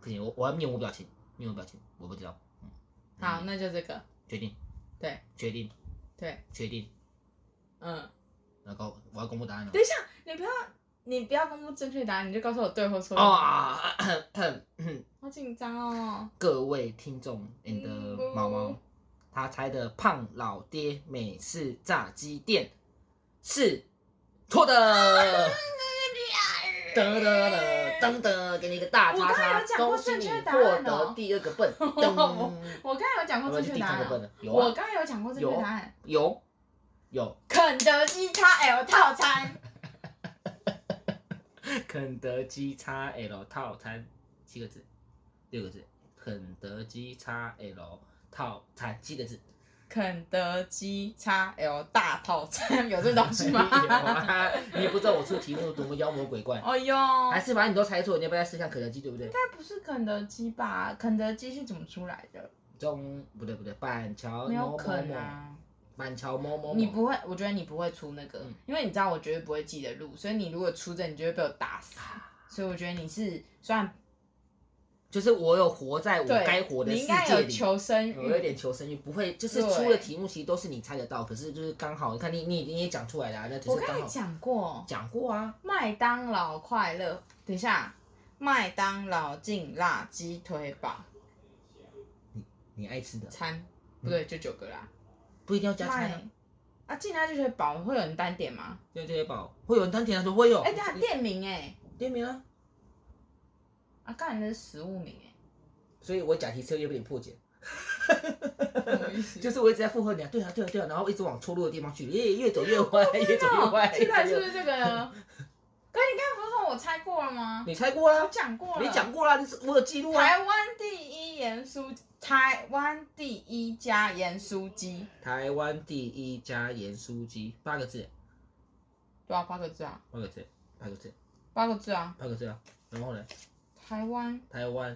Speaker 2: 不行，我我要面无表情，面无表情，我不知道。嗯
Speaker 1: 好，
Speaker 2: 嗯
Speaker 1: 那就这个，
Speaker 2: 决定，
Speaker 1: 对
Speaker 2: 决定，
Speaker 1: 对，
Speaker 2: 决定。
Speaker 1: 嗯，
Speaker 2: 然后我要公布答案了
Speaker 1: 等。一下，你不要你不要公布正确答案，你就告诉我对或错。
Speaker 2: 啊、咳咳咳
Speaker 1: 好紧张哦。
Speaker 2: 各位听众 and 毛毛，他猜的胖老爹美式炸鸡店是错
Speaker 1: <laughs>
Speaker 2: 的。哦噔噔噔噔噔，给你一个大叉
Speaker 1: 我刚才有，讲
Speaker 2: 叉
Speaker 1: 过
Speaker 2: 恭喜
Speaker 1: 正
Speaker 2: 你
Speaker 1: 确答
Speaker 2: 获
Speaker 1: 案哦
Speaker 2: 得第二个
Speaker 1: <laughs>
Speaker 2: 笨。
Speaker 1: 我
Speaker 2: 噔，
Speaker 1: 我刚才有讲过
Speaker 2: 我
Speaker 1: 正
Speaker 2: 是
Speaker 1: 确
Speaker 2: 第
Speaker 1: 答
Speaker 2: 三
Speaker 1: 案
Speaker 2: 个笨
Speaker 1: 哦，
Speaker 2: 的，有
Speaker 1: 我
Speaker 2: 啊，
Speaker 1: 刚才有讲过正确答案，
Speaker 2: 有，啊有，
Speaker 1: 肯德基 XL 套餐。
Speaker 2: <laughs> 肯德基 XL 套餐七个字，六个字，肯德基 XL 套餐七个字。
Speaker 1: 肯德基 XL 大套
Speaker 2: <laughs>
Speaker 1: 餐有这东西哦吗？
Speaker 2: 有啊你也不知道我出题目多么妖魔鬼怪，
Speaker 1: 哎呦，
Speaker 2: 还是反正你都猜错，你要不要再试一下肯德基，对不对？
Speaker 1: 那不是肯德基吧？肯德基是怎么出来的？
Speaker 2: 中不对不对，板桥
Speaker 1: 没有
Speaker 2: 呃某某
Speaker 1: 肯
Speaker 2: 某，
Speaker 1: 啊。
Speaker 2: 板桥某某某，
Speaker 1: 你不会，我觉得你不会出那个，
Speaker 2: 嗯
Speaker 1: 因为你知道我绝对不会记得路，所以你如果出这，你就会被我打死。
Speaker 2: 啊
Speaker 1: 所以我觉得你是虽然
Speaker 2: 就是我有活在我
Speaker 1: 对，
Speaker 2: 该活的
Speaker 1: 你
Speaker 2: 世
Speaker 1: 应该
Speaker 2: 界
Speaker 1: 有
Speaker 2: 里。
Speaker 1: 求生
Speaker 2: 我有
Speaker 1: 欲，
Speaker 2: 点求生欲，不会，就是
Speaker 1: 对
Speaker 2: 出的题目其实都是你猜得到，可是就是刚好，你看你你你也讲出来了、啊，那只
Speaker 1: 我
Speaker 2: 是
Speaker 1: 刚
Speaker 2: 刚
Speaker 1: 才
Speaker 2: 好
Speaker 1: 讲过
Speaker 2: 讲过啊，
Speaker 1: 麦当劳快乐，等一下，麦当劳劲辣鸡腿堡
Speaker 2: 你爱吃的
Speaker 1: 餐，不对，就九个啦。
Speaker 2: 不一定要嗯加餐、啊
Speaker 1: 麦，啊，劲辣鸡腿堡会有人单点吗？
Speaker 2: 对对宝会有人单点啊，说会有，
Speaker 1: 哎、等一下
Speaker 2: 你
Speaker 1: 店名哎、
Speaker 2: 店名啊，
Speaker 1: 啊，刚才那是食物名
Speaker 2: <laughs> 所以我假题策略被你破解。
Speaker 1: <laughs> 哎、什么意思？
Speaker 2: 就是我一直在附和你啊，对啊，对啊，对啊，然后一直往错路的地方去，越越走越
Speaker 1: <laughs>
Speaker 2: 歪，越走越
Speaker 1: 哦
Speaker 2: 歪。
Speaker 1: 现在是
Speaker 2: 越
Speaker 1: 不
Speaker 2: 走越
Speaker 1: 是这个呢？可是你刚才不是说我猜过了吗？
Speaker 2: 你猜过啦
Speaker 1: 我，讲过了，
Speaker 2: 你讲过啦，你是我有记录啊。
Speaker 1: 台湾第一盐酥，台湾第一家盐酥鸡，
Speaker 2: 台湾第一家盐酥鸡，八个字，
Speaker 1: 对啊，八个字啊，
Speaker 2: 八个字，八个字，
Speaker 1: 八个字啊，
Speaker 2: 八个字啊。然后呢，
Speaker 1: 台湾
Speaker 2: 台湾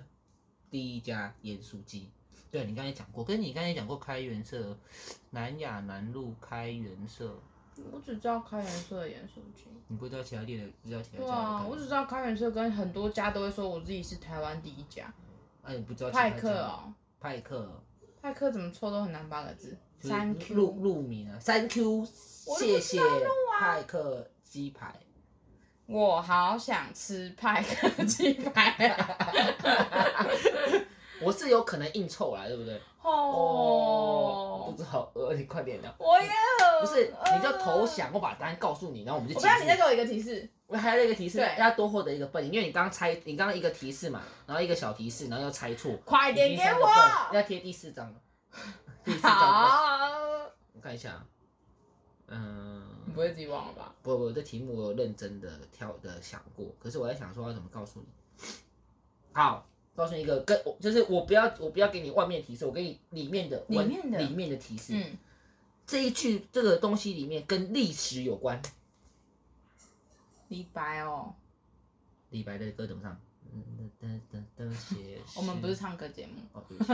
Speaker 2: 第一家盐酥鸡，对你刚才讲过，跟你刚才讲过开元社，南亚南路开元社，
Speaker 1: 我只知道开元社的盐酥鸡，
Speaker 2: 你不知道其他店的，不知道其他
Speaker 1: 对
Speaker 2: 家的开
Speaker 1: 啊，
Speaker 2: 元
Speaker 1: 我只知道开元社跟很多家都会说我自己是台湾第一家，
Speaker 2: 哎，你不知道其他
Speaker 1: 派
Speaker 2: 家
Speaker 1: 克，哦，
Speaker 2: 派克，
Speaker 1: 派克怎么凑都很难八个字，
Speaker 2: 就是
Speaker 1: 三
Speaker 2: 路
Speaker 1: Q，
Speaker 2: 路名啊，三 Q，
Speaker 1: 我都不知道
Speaker 2: 谢谢
Speaker 1: 路啊
Speaker 2: 派克鸡排，
Speaker 1: 我好想吃派克鸡排 <laughs> 啊，
Speaker 2: 我是有可能硬凑啦，对不对？我
Speaker 1: 哦
Speaker 2: 不，知道，呃，你快点的，
Speaker 1: 我也很
Speaker 2: 不是，你就投
Speaker 1: 饿，
Speaker 2: 降，我把答案告诉你，然后我们就
Speaker 1: 我不
Speaker 2: 解
Speaker 1: 要你再
Speaker 2: 释。
Speaker 1: 给我一个提示。
Speaker 2: 我还有一个提示，
Speaker 1: 对
Speaker 2: 要多获得一个笨，因为你刚猜，你刚刚一个提示嘛，然后一个小提示，然后又猜错，
Speaker 1: 快点
Speaker 2: 已
Speaker 1: 给
Speaker 2: 经三个笨
Speaker 1: 我！
Speaker 2: 要贴第四张了， <laughs> 第四张，
Speaker 1: 好，
Speaker 2: 我看一下啊，嗯
Speaker 1: 你，不会自己忘了吧？
Speaker 2: 不不，这题目我有认真的挑的想过，可是我在想说要怎么告诉你。好，告诉你一个跟我就是我不要我不要给你外面提示，我给你里面的
Speaker 1: 里
Speaker 2: 文
Speaker 1: 面的
Speaker 2: 里面的提示。
Speaker 1: 嗯，
Speaker 2: 这一句这个东西里面跟历史有关，
Speaker 1: 李白哦，
Speaker 2: 李白的歌怎么唱？嗯噔噔噔噔，写诗
Speaker 1: 我们不是唱歌节目
Speaker 2: 哦，对不起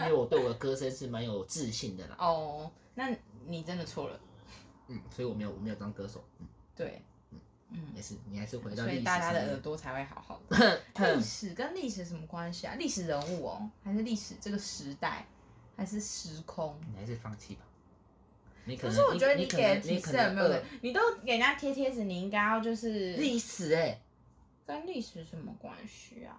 Speaker 2: 因为我对我的歌声是蛮有自信的啦，
Speaker 1: 哦。那你真的错了，
Speaker 2: 嗯，所以我没有我没有当歌手，嗯，
Speaker 1: 对，
Speaker 2: 没
Speaker 1: 嗯，
Speaker 2: 事，你还是回到
Speaker 1: 所
Speaker 2: 历
Speaker 1: 以
Speaker 2: 史
Speaker 1: 大
Speaker 2: 上
Speaker 1: 家的耳
Speaker 2: 面。
Speaker 1: 朵才会好好的。
Speaker 2: <laughs>
Speaker 1: 历史跟历史什么关系啊？历史人物哦，还是历史这个时代，还是时空？
Speaker 2: 你还是放弃吧。你可
Speaker 1: 可
Speaker 2: 能
Speaker 1: 是我觉得
Speaker 2: 你
Speaker 1: 你
Speaker 2: 可
Speaker 1: 给
Speaker 2: 能
Speaker 1: 的
Speaker 2: 你
Speaker 1: 提
Speaker 2: 可
Speaker 1: 示很
Speaker 2: 能呃
Speaker 1: 没有
Speaker 2: 饿
Speaker 1: 的，你都给人家贴贴纸，你应该要就是
Speaker 2: 历史哎、
Speaker 1: 跟历史什么关系啊？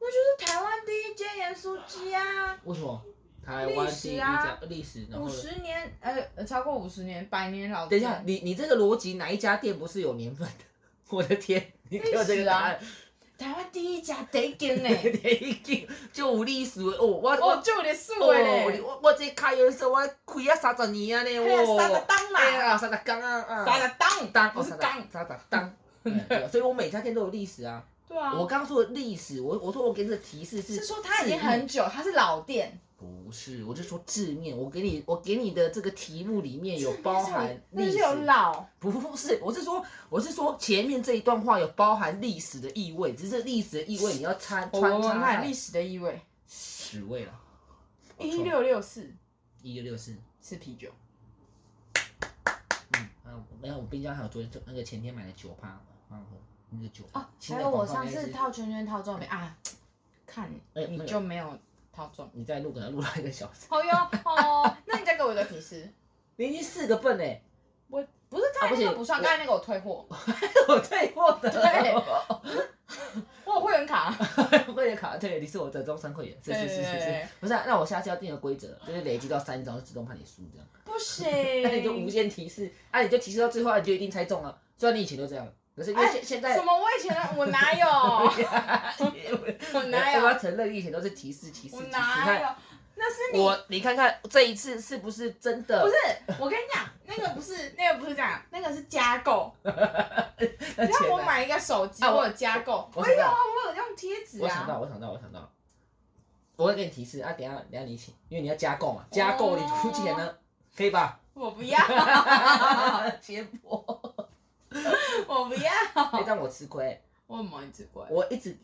Speaker 1: 那就是台湾第一间盐酥鸡啊。
Speaker 2: 为什么？台湾第一家历史,、然
Speaker 1: 五
Speaker 2: 后呢
Speaker 1: 十年，呃，呃超过五十年，百年老
Speaker 2: 等
Speaker 1: 店。
Speaker 2: 一下，你你这个逻辑哪一家店不是有年份的？ <laughs> 我的天，你给我这个
Speaker 1: 啊
Speaker 2: 答案， <laughs>
Speaker 1: 台湾第一家 d a g i n
Speaker 2: 有
Speaker 1: 呢？
Speaker 2: 点硬，就有历史的哦，我我
Speaker 1: 哦，就有点素哎嘞，
Speaker 2: 我我这开的时候我开啊三十年啊呢，
Speaker 1: 嘿啊
Speaker 2: 我
Speaker 1: 三十档啦
Speaker 2: 哎呀三十缸啊啊，
Speaker 1: 啥哦的当
Speaker 2: 当哦
Speaker 1: 不是当，
Speaker 2: 三十当。 <laughs> 对对啊所以我每家店都有历史啊。
Speaker 1: 对啊，
Speaker 2: 我刚刚说的历史，我我说我给你的提示是
Speaker 1: 是说它已经
Speaker 2: 字面
Speaker 1: 很久，它是老店，
Speaker 2: 不是，我就说字面，我给你我给你的这个题目里面有包含
Speaker 1: 那
Speaker 2: 历
Speaker 1: 是
Speaker 2: 史，
Speaker 1: 有老，
Speaker 2: 不是，我是说我是说前面这一段话有包含历史的意味，只是历史的意味你要穿
Speaker 1: 我
Speaker 2: 穿
Speaker 1: 闻闻
Speaker 2: 插
Speaker 1: 看历
Speaker 2: 在
Speaker 1: 史的意味。
Speaker 2: 史味了，
Speaker 1: 一六六四
Speaker 2: 哦一六六四，
Speaker 1: 是啤酒，
Speaker 2: 嗯，啊，没有，我冰箱还有昨天就那个前天买的酒趴，然后那个酒
Speaker 1: 哦，
Speaker 2: 新
Speaker 1: 还
Speaker 2: 的
Speaker 1: 有我
Speaker 2: 广告
Speaker 1: 上
Speaker 2: 那一
Speaker 1: 次
Speaker 2: 支
Speaker 1: 套圈圈套中没啊？看
Speaker 2: 哎那
Speaker 1: 你
Speaker 2: 个
Speaker 1: 就没有套中。
Speaker 2: 你再录可能录到一个小时，
Speaker 1: <laughs> 哦哟哦，那你再给我一个提示，
Speaker 2: 你已经四个笨嘞， <laughs>
Speaker 1: 我不是刚才那个
Speaker 2: 啊不行
Speaker 1: 不算，
Speaker 2: 我
Speaker 1: 刚才那个我退货，
Speaker 2: 我退货的， <laughs>
Speaker 1: 我有会员卡，
Speaker 2: 会员卡退，你是我的终身会员，是是是是
Speaker 1: 对对对
Speaker 2: 是，不是啊、那我下次要定个规则，就是累积到三张自动判你输这样，
Speaker 1: 不行，
Speaker 2: 那你就无限提示，啊，你就提示到最后，你就一定猜中了。虽然你以前都这样，可是因为
Speaker 1: 哎
Speaker 2: 现现在啊
Speaker 1: 什，么？我以前的我哪有？
Speaker 2: <laughs>
Speaker 1: 我哪
Speaker 2: 我要
Speaker 1: 有？
Speaker 2: 承认，以前都是提示提示
Speaker 1: 我
Speaker 2: 提示，你
Speaker 1: 哪
Speaker 2: 看
Speaker 1: 有？那是你
Speaker 2: 我，你看看这一次是不是真的？
Speaker 1: 不是？我跟你讲，那个不是那个不是这样，那个是加购。
Speaker 2: 而
Speaker 1: 你
Speaker 2: 且
Speaker 1: 看
Speaker 2: 呢
Speaker 1: 我买一个手机，
Speaker 2: 啊我
Speaker 1: 我有加购，
Speaker 2: 我
Speaker 1: 我
Speaker 2: 知
Speaker 1: 有
Speaker 2: 道
Speaker 1: 啊，我有用贴纸
Speaker 2: 我想到，
Speaker 1: 啊。
Speaker 2: 我想到，我想到，我会给你提示啊，等一下等一下你一起，因为你要加购
Speaker 1: 哦
Speaker 2: 嘛，加购你出钱呢，可以吧？
Speaker 1: 我不
Speaker 2: <laughs>
Speaker 1: 要，
Speaker 2: 切薄，
Speaker 1: <laughs> 我不要，
Speaker 2: 哎让我吃亏，
Speaker 1: 我很忙一只怪。
Speaker 2: 我一直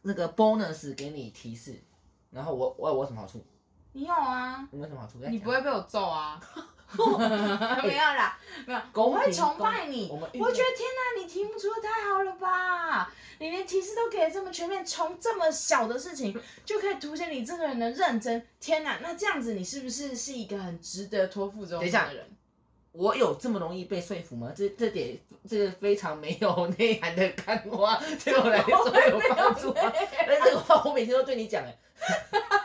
Speaker 2: 那个 bonus 给你提示，然后我我我有什么好处？
Speaker 1: 你有啊？
Speaker 2: 你有什么好处？
Speaker 1: 你不会被我揍
Speaker 2: <laughs>
Speaker 1: 啊？没有啦，没有，
Speaker 2: 公
Speaker 1: 我
Speaker 2: 平
Speaker 1: 会崇拜你。
Speaker 2: 我们
Speaker 1: 我会觉得天哪，你题目出的太好了吧！你连提示都给的这么全面，从这么小的事情就可以凸显你这个人的认真。天哪，那这样子你是不是是一个很值得托付终
Speaker 2: 等一
Speaker 1: 身
Speaker 2: 下
Speaker 1: 的人？
Speaker 2: 我有这么容易被说服吗？这这点这个非常没有内涵的干
Speaker 1: <laughs>
Speaker 2: 话，对我来说有帮助吗？但这个话我每天都对你讲哎，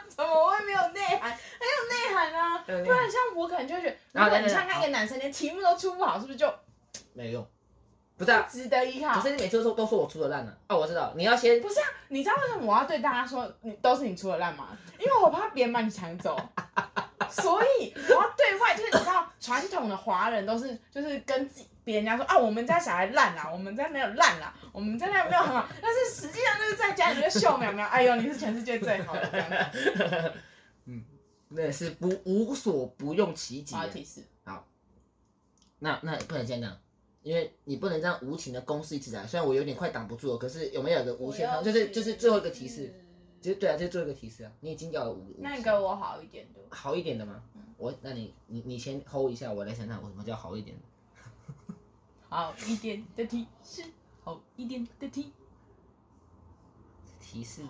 Speaker 1: 怎么会没有内涵？很有内涵啊！
Speaker 2: 对啊
Speaker 1: 不然像我可能就会觉得，
Speaker 2: 然
Speaker 1: 如果
Speaker 2: 后等等
Speaker 1: 你像看一个男生连题目都出不好，是不是就
Speaker 2: 没有用，不是啊，
Speaker 1: 值得依靠
Speaker 2: 可？是你每次都都说我出的烂了啊，我知道你要先
Speaker 1: 不是啊，你知道为什么我要对大家说你都是你出的烂吗？因为我怕别人把你抢走，所以我要对外就是你知道传统的华人都是就是跟自己别人家说啊我们家小孩烂啊啦，我们家没有烂啦，我们家那没有很好，啊但是实际上就是在家里面秀苗苗，哎呦你是全世界最好的这样子。
Speaker 2: <laughs> 嗯，那是不无所不用其极
Speaker 1: 我要
Speaker 2: 的。
Speaker 1: 提示，
Speaker 2: 那那不能这样讲，因为你不能这样无情的攻势一直来。虽然我有点快挡不住了，可是有没有个无限
Speaker 1: 我要
Speaker 2: 方？就是
Speaker 1: 提
Speaker 2: 就是最后一个提示，就是对啊，就是最后一个提示啊。你已经要了五，
Speaker 1: 那你
Speaker 2: 五
Speaker 1: 给
Speaker 2: 次
Speaker 1: 我嗯好一点的，
Speaker 2: 好一点的吗？我那你你你先 hold 一下，我来想想我什么叫好一点的。
Speaker 1: 好一点的提示，好一点的提
Speaker 2: 提示，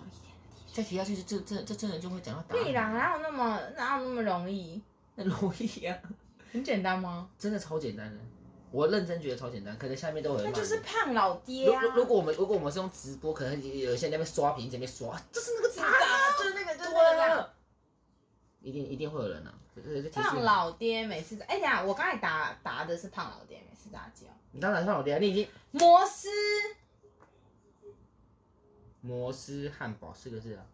Speaker 2: 再提下去就这这这真的就会讲到答
Speaker 1: 必然啊
Speaker 2: 案，
Speaker 1: 哪有那么哪有那么容易？
Speaker 2: 那容易啊， <laughs>
Speaker 1: 很简单吗？
Speaker 2: 真的超简单的。我认真觉得超简单，可能下面都有人
Speaker 1: 那
Speaker 2: 骂你。
Speaker 1: 就是胖老爹
Speaker 2: 如
Speaker 1: 啊！
Speaker 2: 如如果我们如果我们是用直播，可能有一些人在那边刷屏，这边刷，啊 <laughs> 就是那个答案啊，
Speaker 1: <laughs> 就是那个就是那个
Speaker 2: 对，一定一定会有人啊。这这这提示
Speaker 1: 胖老爹每次哎、等一下我刚才答答的是胖老爹每次炸鸡哦，
Speaker 2: 你当然胖老爹啊，你已经
Speaker 1: 摩斯
Speaker 2: 摩斯汉堡四个
Speaker 1: <laughs>
Speaker 2: 字啊，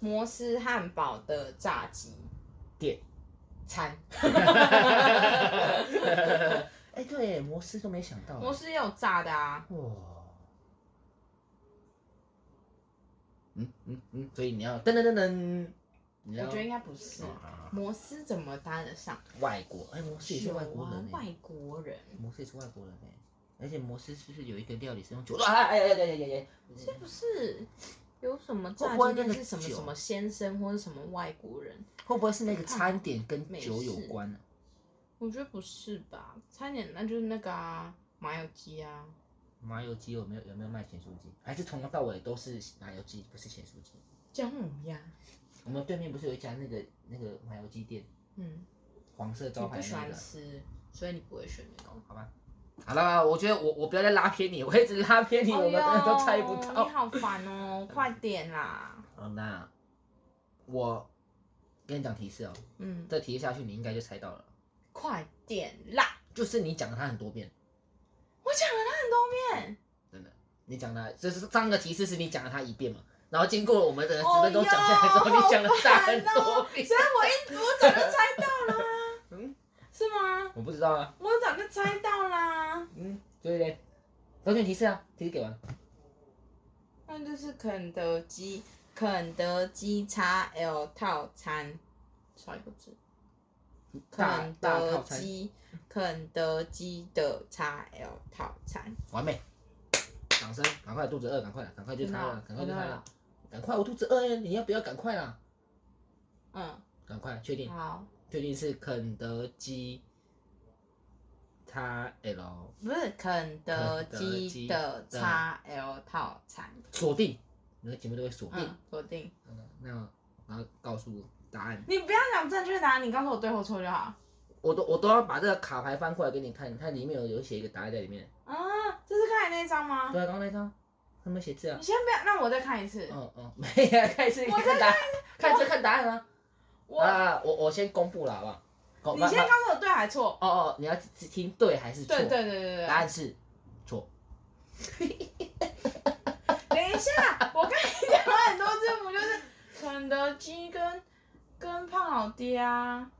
Speaker 1: 摩斯汉堡的炸鸡
Speaker 2: 店。
Speaker 1: 餐，
Speaker 2: 哎、对耶，摩斯都没想到耶。
Speaker 1: 摩斯也有炸的啊，
Speaker 2: 哇，嗯嗯嗯，所以你要噔噔噔噔，你
Speaker 1: 我
Speaker 2: 要
Speaker 1: 觉得应该不是
Speaker 2: 哦。好好好
Speaker 1: 摩斯怎么搭得上？
Speaker 2: 外国，哎、摩斯也是外国人
Speaker 1: 有啊
Speaker 2: 哎、
Speaker 1: 外国人
Speaker 2: 摩斯也是外国人哎、而且摩斯是不是有一个料理是用酒？啊哎哎哎哎哎哎！
Speaker 1: 是不是有什么
Speaker 2: 会
Speaker 1: 炸
Speaker 2: 不会
Speaker 1: 鸡
Speaker 2: 那
Speaker 1: 店
Speaker 2: 个
Speaker 1: 是什么
Speaker 2: 酒
Speaker 1: 什么先生或者什么外国人？
Speaker 2: 会不会是那
Speaker 1: 啊
Speaker 2: 个餐点跟酒有关呢、
Speaker 1: 我觉得不是吧，餐点那就是那个啊，麻油鸡啊，
Speaker 2: 麻油鸡有没有有没有卖咸酥鸡？还是从头到尾都是麻油鸡，不是咸酥鸡？
Speaker 1: 姜母鸭，
Speaker 2: 我们对面不是有一家那个那个麻油鸡店，
Speaker 1: 嗯，
Speaker 2: 黄色
Speaker 1: 你
Speaker 2: 招牌
Speaker 1: 不喜
Speaker 2: 那
Speaker 1: 欢
Speaker 2: 个？
Speaker 1: 吃，所以你不会选那个。
Speaker 2: 好吧，好了好了，我觉得我我不要再拉偏你，我一直拉偏 <laughs> 你，我们真的都猜不
Speaker 1: 哎呦
Speaker 2: 到
Speaker 1: 你。好烦哦，快点啦，
Speaker 2: 好，那我跟你讲提示哦，
Speaker 1: 嗯，
Speaker 2: 这提示下去你应该就猜到了，
Speaker 1: 快点啦，
Speaker 2: 就是你讲了它很多遍，
Speaker 1: 我讲了他很多遍，
Speaker 2: 真的，你讲了，这是上个提示是你讲了它一遍嘛，然后经过了我们的直
Speaker 1: 哦
Speaker 2: 播
Speaker 1: 哟哦
Speaker 2: 呃都讲下来之后，你讲了它很多遍，
Speaker 1: 所以我一我早就猜到啦，
Speaker 2: <laughs> 嗯，
Speaker 1: 是吗？
Speaker 2: 我不知道啊，
Speaker 1: 我早就猜到啦，
Speaker 2: 嗯，对嘞，都给你提示啊，提示给完，
Speaker 1: 那就是肯德基，肯德基 XL 套餐，少一个字。
Speaker 2: 大
Speaker 1: 肯
Speaker 2: 大
Speaker 1: 德
Speaker 2: 套餐，
Speaker 1: 基，肯德基的 XL 套餐，
Speaker 2: 完美，掌声，赶快，肚子饿，赶快，赶快去猜了，赶快去
Speaker 1: 真
Speaker 2: 猜
Speaker 1: 的
Speaker 2: 了
Speaker 1: 啊，
Speaker 2: 赶快，我肚子饿耶，你要不要赶快啦？
Speaker 1: 嗯，
Speaker 2: 赶快，确定，
Speaker 1: 好，
Speaker 2: 确定是肯德基，它 L。
Speaker 1: 不是肯德基的
Speaker 2: 肯德基的
Speaker 1: XL 套餐，
Speaker 2: 锁定，你的节目都会锁定。
Speaker 1: 嗯，锁定。
Speaker 2: 好的那然后告诉我答案，
Speaker 1: 你不要讲正确答案，你告诉我对或错就好。
Speaker 2: 我都我都要把这个卡牌翻过来给你看，你看里面有有写一个答案在里面。
Speaker 1: 啊，这是刚才那张吗？
Speaker 2: 对啊，刚刚那张上面写字啊
Speaker 1: 你。先不要，那我再看一次。
Speaker 2: 嗯嗯， <laughs> 没有，看一次
Speaker 1: 我
Speaker 2: 看答案，看一次看答案啊。
Speaker 1: 我，
Speaker 2: 啊，我我先公布了，好不好？公
Speaker 1: 你先告诉我对还错。
Speaker 2: 哦哦，你要只听对还是错？
Speaker 1: 对对对对对
Speaker 2: 答。案是错。
Speaker 1: 等一下，我跟你讲了很多次，不就是肯德基跟跟胖老爹啊？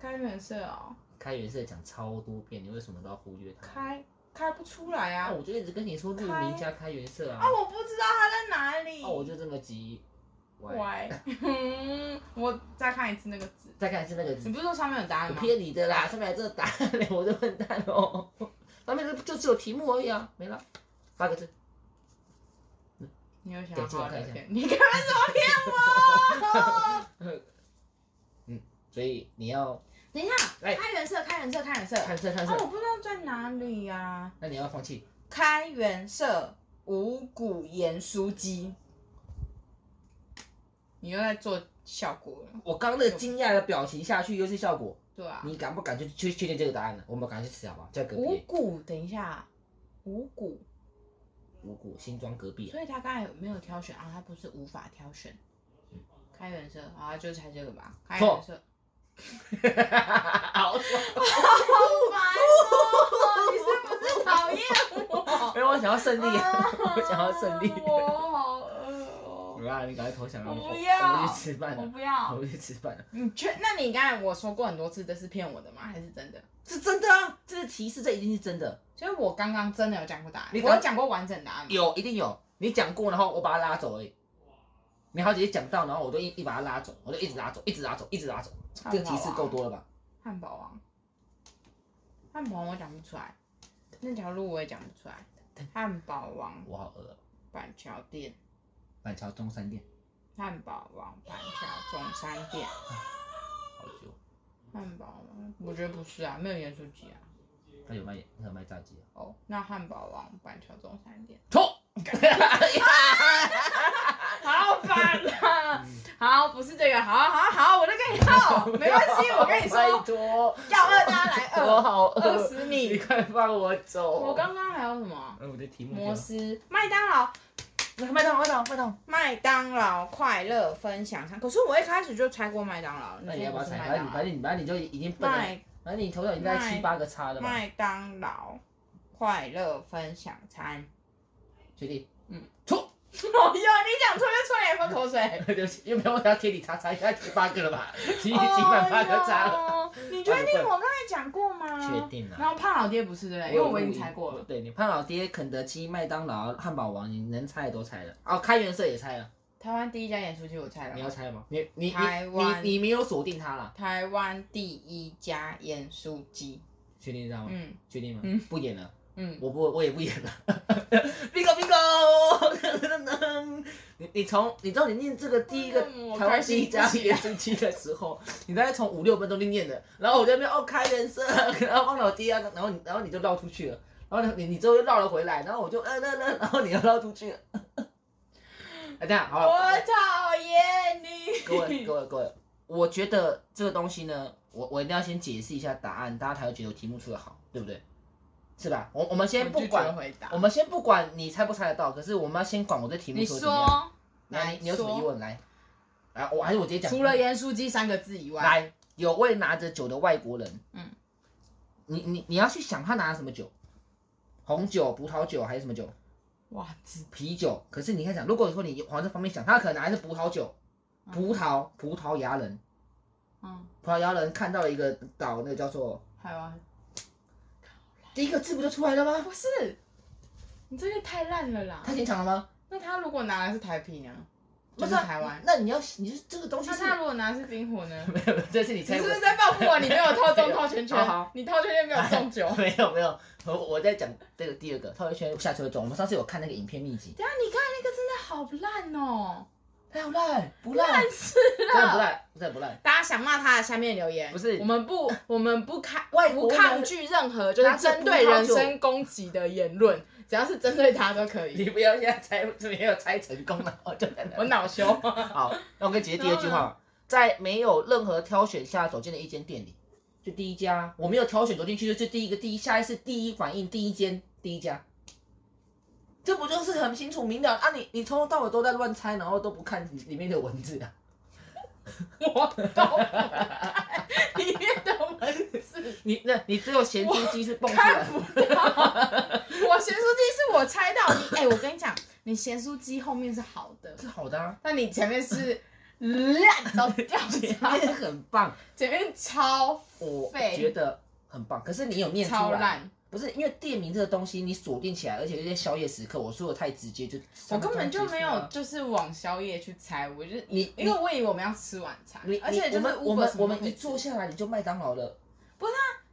Speaker 1: 开远色哦，
Speaker 2: 开源社讲超多遍，你为什么都要忽略它？
Speaker 1: 开开不出来
Speaker 2: 啊，
Speaker 1: 啊！
Speaker 2: 我就一直跟你说路名加开源社啊
Speaker 1: 啊，。我不知道他在哪里。
Speaker 2: 啊，我就这么急。喂，
Speaker 1: 喂，嗯， <laughs> 我再看一次那个字。
Speaker 2: 再看是那个字
Speaker 1: 你不是说上面有答案
Speaker 2: 我
Speaker 1: 吗？
Speaker 2: 骗你的啦，上面还真的答案嘞，我的笨蛋哦。上面就只有题目而已啊，没了，八个字。
Speaker 1: 你有想
Speaker 2: 给
Speaker 1: 要
Speaker 2: 自
Speaker 1: 好
Speaker 2: 我
Speaker 1: 好
Speaker 2: 看一
Speaker 1: 聊
Speaker 2: 下
Speaker 1: 天？你干嘛怎么骗我？
Speaker 2: 嗯，所以你要
Speaker 1: <laughs> 等一下，
Speaker 2: 哎
Speaker 1: 开原色，开原色，开原色。
Speaker 2: 看这看
Speaker 1: 啊，我
Speaker 2: 这，
Speaker 1: 不知道在哪里呀、啊。
Speaker 2: 那你要放弃。
Speaker 1: 开元社五谷盐酥鸡，你又在做效果了。
Speaker 2: 我刚刚那个惊讶的表情下去又是效果，
Speaker 1: 对啊，
Speaker 2: 你敢不敢去去确定这个答案呢？我们赶快去吃好不好？叫隔
Speaker 1: 五
Speaker 2: 壁
Speaker 1: 谷，等一下，啊五谷，
Speaker 2: 五谷新庄隔壁啊，
Speaker 1: 所以他刚才有没有挑选啊，他不是无法挑选。开元社，好啊，就猜这个吧。开元社，
Speaker 2: <laughs> 好爽！
Speaker 1: 好 <laughs> 烦哦！你是不是讨厌我？
Speaker 2: 因为我想要胜利，
Speaker 1: <laughs>
Speaker 2: 我想要胜利。
Speaker 1: 我啊好饿哦！
Speaker 2: 啦，你赶快投降啊，
Speaker 1: 我
Speaker 2: 我
Speaker 1: 不要
Speaker 2: 我们去吃饭
Speaker 1: 我
Speaker 2: 了，
Speaker 1: 不要
Speaker 2: 我。们去吃饭了。
Speaker 1: 你确？那你刚才我说过很多次，这是骗我的吗？还是真的？
Speaker 2: 是真的啊，这是提示，这一定是真的。
Speaker 1: 所以我刚刚真的有讲过答案，
Speaker 2: 你
Speaker 1: 我
Speaker 2: 刚
Speaker 1: 有讲过完整答案吗。
Speaker 2: 有，一定有。你讲过，然后我把他拉走而已。你好姐姐讲到，然后我就一一把他拉走，我就一直拉走，一直拉走，一直拉走。
Speaker 1: 汉堡
Speaker 2: 这个提示够多了吧？
Speaker 1: 王。汉堡王，汉堡王我讲不出来，那条路我也讲不出来。汉堡王
Speaker 2: 我好饿哦。
Speaker 1: 板桥店，
Speaker 2: 板桥中山店，
Speaker 1: 汉堡王板桥中山店，
Speaker 2: 好久。
Speaker 1: 汉堡王，我觉得不是啊，没有盐酥鸡啊。
Speaker 2: 他有卖，他有卖炸鸡啊。
Speaker 1: 哦，那汉堡王板桥中山店，
Speaker 2: <laughs> 错。
Speaker 1: 好烦啊！
Speaker 2: 嗯
Speaker 1: <laughs> 好，不是这个，好好好，我就跟你耗，没关系，我跟你
Speaker 2: 拜
Speaker 1: 说，
Speaker 2: 托，
Speaker 1: 要饿大家来
Speaker 2: 我
Speaker 1: 饿，
Speaker 2: 好
Speaker 1: 饿
Speaker 2: 饿，
Speaker 1: 死
Speaker 2: 你
Speaker 1: 你！
Speaker 2: 快放我走。
Speaker 1: 我，刚刚还有什么啊？
Speaker 2: 嗯，我的题目
Speaker 1: 摩
Speaker 2: 就。
Speaker 1: 斯、麦当劳、
Speaker 2: 那麦当劳，麦当劳，麦当劳。
Speaker 1: 麦当劳快乐分享餐。可是我一开始就猜过麦当劳，
Speaker 2: 那你要不
Speaker 1: 不
Speaker 2: 要
Speaker 1: 是
Speaker 2: 猜？
Speaker 1: 麦
Speaker 2: 反正
Speaker 1: 当
Speaker 2: 你
Speaker 1: 劳
Speaker 2: 反？正你反正你就已经笨了，
Speaker 1: 麦
Speaker 2: 反正你头上已经在七
Speaker 1: 麦
Speaker 2: 八个叉了嘛。
Speaker 1: 麦当劳快乐分享餐。
Speaker 2: 学弟，
Speaker 1: 嗯，
Speaker 2: 错。
Speaker 1: <laughs> 哦哟，你讲错就错，你还喷 <laughs> 口水。
Speaker 2: <laughs> 对不 <laughs> 起，因为我要贴你叉叉，应该贴八个了吧？提几满八个叉了。
Speaker 1: 哦哟你确定我刚才讲过吗？
Speaker 2: 确定啊
Speaker 1: 然后胖老爹不是对不对？因为我已经猜过了。
Speaker 2: 对你胖老爹、肯德基、麦当劳、汉堡王，你能猜的都猜了。哦，开元社也猜了，
Speaker 1: 台湾第一家演出机我猜
Speaker 2: 你要
Speaker 1: 了。
Speaker 2: 猜吗？你你
Speaker 1: 啊台
Speaker 2: 你
Speaker 1: 湾
Speaker 2: 你你没有锁定他啦，
Speaker 1: 台湾第一家盐酥鸡。
Speaker 2: 确定这样吗？
Speaker 1: 嗯
Speaker 2: 确定吗
Speaker 1: 嗯？
Speaker 2: 不演了，
Speaker 1: 嗯，
Speaker 2: 我不我也不演了。bingo bingo，你你从你知道你念这个第一个
Speaker 1: 嗯我
Speaker 2: 台湾
Speaker 1: 开心
Speaker 2: 第一家
Speaker 1: 不起来
Speaker 2: 盐酥鸡的时候， <laughs> 你大概从五六分钟就念的，然后我在那边哦开人生， <laughs> 然后放老爹啊，然后你然后你就绕出去了，然后你你之后又绕了回来，然后我就嗯嗯嗯， <laughs> 然后你又绕出去了。 <laughs> 哎，这样好
Speaker 1: <laughs> 我
Speaker 2: 了，
Speaker 1: 讨厌你。
Speaker 2: 各位各位各位，我觉得这个东西呢，我我一定要先解释一下答案，大家才会觉得题目出的好，对不对？是吧？我我们先不管
Speaker 1: 我拒绝回答
Speaker 2: 我。们先不管你猜不猜得到，可是我们要先管我这题目
Speaker 1: 你
Speaker 2: 出的怎么样。
Speaker 1: 说，
Speaker 2: 来，
Speaker 1: 来
Speaker 2: 你你有什么疑
Speaker 1: 说，
Speaker 2: 问？来，来，我还是我直接讲。
Speaker 1: 除了盐酥鸡三个字以外，
Speaker 2: 来，有位拿着酒的外国人，
Speaker 1: 嗯，
Speaker 2: 你你你要去想他拿了什么酒，红酒、葡萄酒还是什么酒？
Speaker 1: 哇，子
Speaker 2: 啤酒。可是你看想，如果说你往这方面想，他可能还是葡萄酒，葡，萄葡萄牙人，
Speaker 1: 嗯，
Speaker 2: 葡萄牙人看到了一个岛，那个叫做
Speaker 1: 台湾啊
Speaker 2: 第一个字不就出来了吗？
Speaker 1: 不是，你这个太烂了啦
Speaker 2: 他。先抢了吗？
Speaker 1: 那他如果拿的是台啤呢？
Speaker 2: 不
Speaker 1: 就是
Speaker 2: 啊
Speaker 1: 台湾。
Speaker 2: 那你要你是这个东西
Speaker 1: 那
Speaker 2: 是
Speaker 1: 他如果拿的是冰火 <laughs> 呢？
Speaker 2: <laughs> 没有，这是你
Speaker 1: 你
Speaker 2: 猜
Speaker 1: 是
Speaker 2: 我
Speaker 1: 不是在报复我？你没有套中套圈 <laughs>
Speaker 2: 好
Speaker 1: 圈
Speaker 2: 好，。
Speaker 1: 你套圈圈没有中酒
Speaker 2: <laughs> 没有没有，我我在讲这个第二个，套一圈下次会中。我们上次有看那个影片秘籍，
Speaker 1: <laughs> 等一下你看那个真的好烂哦，
Speaker 2: 太好烂，不烂，
Speaker 1: 死
Speaker 2: <laughs> 真的不！烂，真的不烂。
Speaker 1: 大家想骂他的下面留言，
Speaker 2: 不是
Speaker 1: 我们 <laughs> 不，我们不开，
Speaker 2: 外
Speaker 1: 不
Speaker 2: 国人
Speaker 1: 抗拒任何就是针对人身攻击的言论，只要是针对他都可 <laughs> 以。
Speaker 2: 你不要现在猜没有猜成功了，我就在
Speaker 1: 我
Speaker 2: 那。
Speaker 1: 恼 <laughs> 羞。嗯
Speaker 2: <laughs> 好，那我跟姐姐第二句话吧，在没有任何挑选下走进了一间店里，就第一家，我没有挑选走进去，就第一个第一下意识第一反应第一间第一家，这不就是很清楚明了啊你？你从头到尾都在乱猜，然后都不看里面的文字啊？
Speaker 1: 我都不看里面的文字。
Speaker 2: <laughs> 你那你只有咸猪鸡是蹦出
Speaker 1: 看
Speaker 2: 来，
Speaker 1: 不到， <laughs> 我咸酥鸡是我猜到你，哎、我跟你讲，你咸酥鸡后面是好的，
Speaker 2: 是好的啊，
Speaker 1: 但你前面是烂到掉
Speaker 2: 前
Speaker 1: 渣， <laughs>
Speaker 2: 面很棒，
Speaker 1: 前面超
Speaker 2: 我
Speaker 1: 废
Speaker 2: 觉得很棒。可是你有念出
Speaker 1: 超
Speaker 2: 来，
Speaker 1: 烂，
Speaker 2: 不是因为店名这个东西你锁定起来，而且有些宵夜时刻，我说的太直接，就
Speaker 1: 我根本就没
Speaker 2: 上班
Speaker 1: 有
Speaker 2: 族结束啊
Speaker 1: 就是往宵夜去猜，我就是
Speaker 2: 你
Speaker 1: 因为我以为我们要吃晚餐
Speaker 2: 你，
Speaker 1: 而且
Speaker 2: 你
Speaker 1: 就
Speaker 2: 我
Speaker 1: 是
Speaker 2: 们
Speaker 1: Uber
Speaker 2: 我
Speaker 1: 什么
Speaker 2: 们我
Speaker 1: 都
Speaker 2: 们
Speaker 1: 可以
Speaker 2: 一坐下来你就麦当劳了。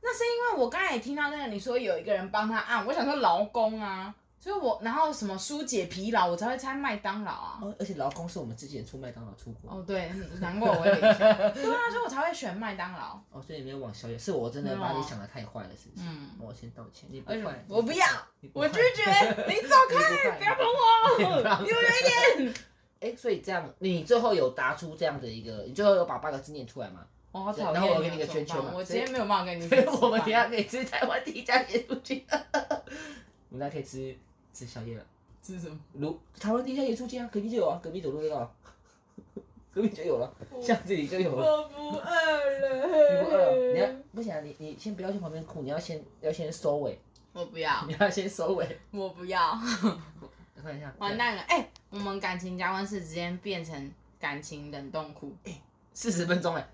Speaker 1: 那是因为我刚才也听到那个你说有一个人帮他按，我想说劳工啊，所以我然后什么疏解疲劳，我才会猜麦当劳啊。
Speaker 2: 哦，而且劳工是我们之前出麦当劳出过，
Speaker 1: 哦，对，难怪我会联想。 <laughs> 对啊，所以我才会选麦当劳。
Speaker 2: 哦，所以没有往宵夜，是我真的把
Speaker 1: 没有
Speaker 2: 你
Speaker 1: 啊
Speaker 2: 想的太坏了，是不是？
Speaker 1: 嗯，
Speaker 2: 我先道歉，你不
Speaker 1: 为什么
Speaker 2: 坏，
Speaker 1: 我不要
Speaker 2: 你不
Speaker 1: 我
Speaker 2: 坏
Speaker 1: 拒绝，你走开，不要碰我，离我远一点。
Speaker 2: 哎、所以这样，你最后有答出这样的一个，你最后有把八个字念出来吗？
Speaker 1: 我好讨厌
Speaker 2: 然
Speaker 1: 你
Speaker 2: 后
Speaker 1: 哦，
Speaker 2: 我给你个圈圈
Speaker 1: 怎
Speaker 2: 嘛
Speaker 1: 么办我
Speaker 2: 所以
Speaker 1: 今天没有办法跟 <laughs> 你一起
Speaker 2: 所
Speaker 1: 吃
Speaker 2: 以
Speaker 1: 饭。
Speaker 2: <laughs> 我们等一下可以吃台湾第一家盐酥鸡， <laughs> 我们大家可以吃吃宵夜了。
Speaker 1: 吃什么？
Speaker 2: 如台湾第一家盐酥鸡啊，隔壁就有啊，隔壁走路就到啊， <laughs> 隔壁就有了，
Speaker 1: 哦
Speaker 2: 巷子里就有了。
Speaker 1: 我不饿
Speaker 2: 你不饿？你要
Speaker 1: 了。
Speaker 2: 不行啊，你你先不要去旁边哭，你要先要先收尾，
Speaker 1: 我不要，
Speaker 2: 你要先收尾。
Speaker 1: <laughs> 我不要，
Speaker 2: 我看一下，
Speaker 1: 完蛋了！哎、我们感情加温室直接变成感情冷冻库，
Speaker 2: 四十分钟哎、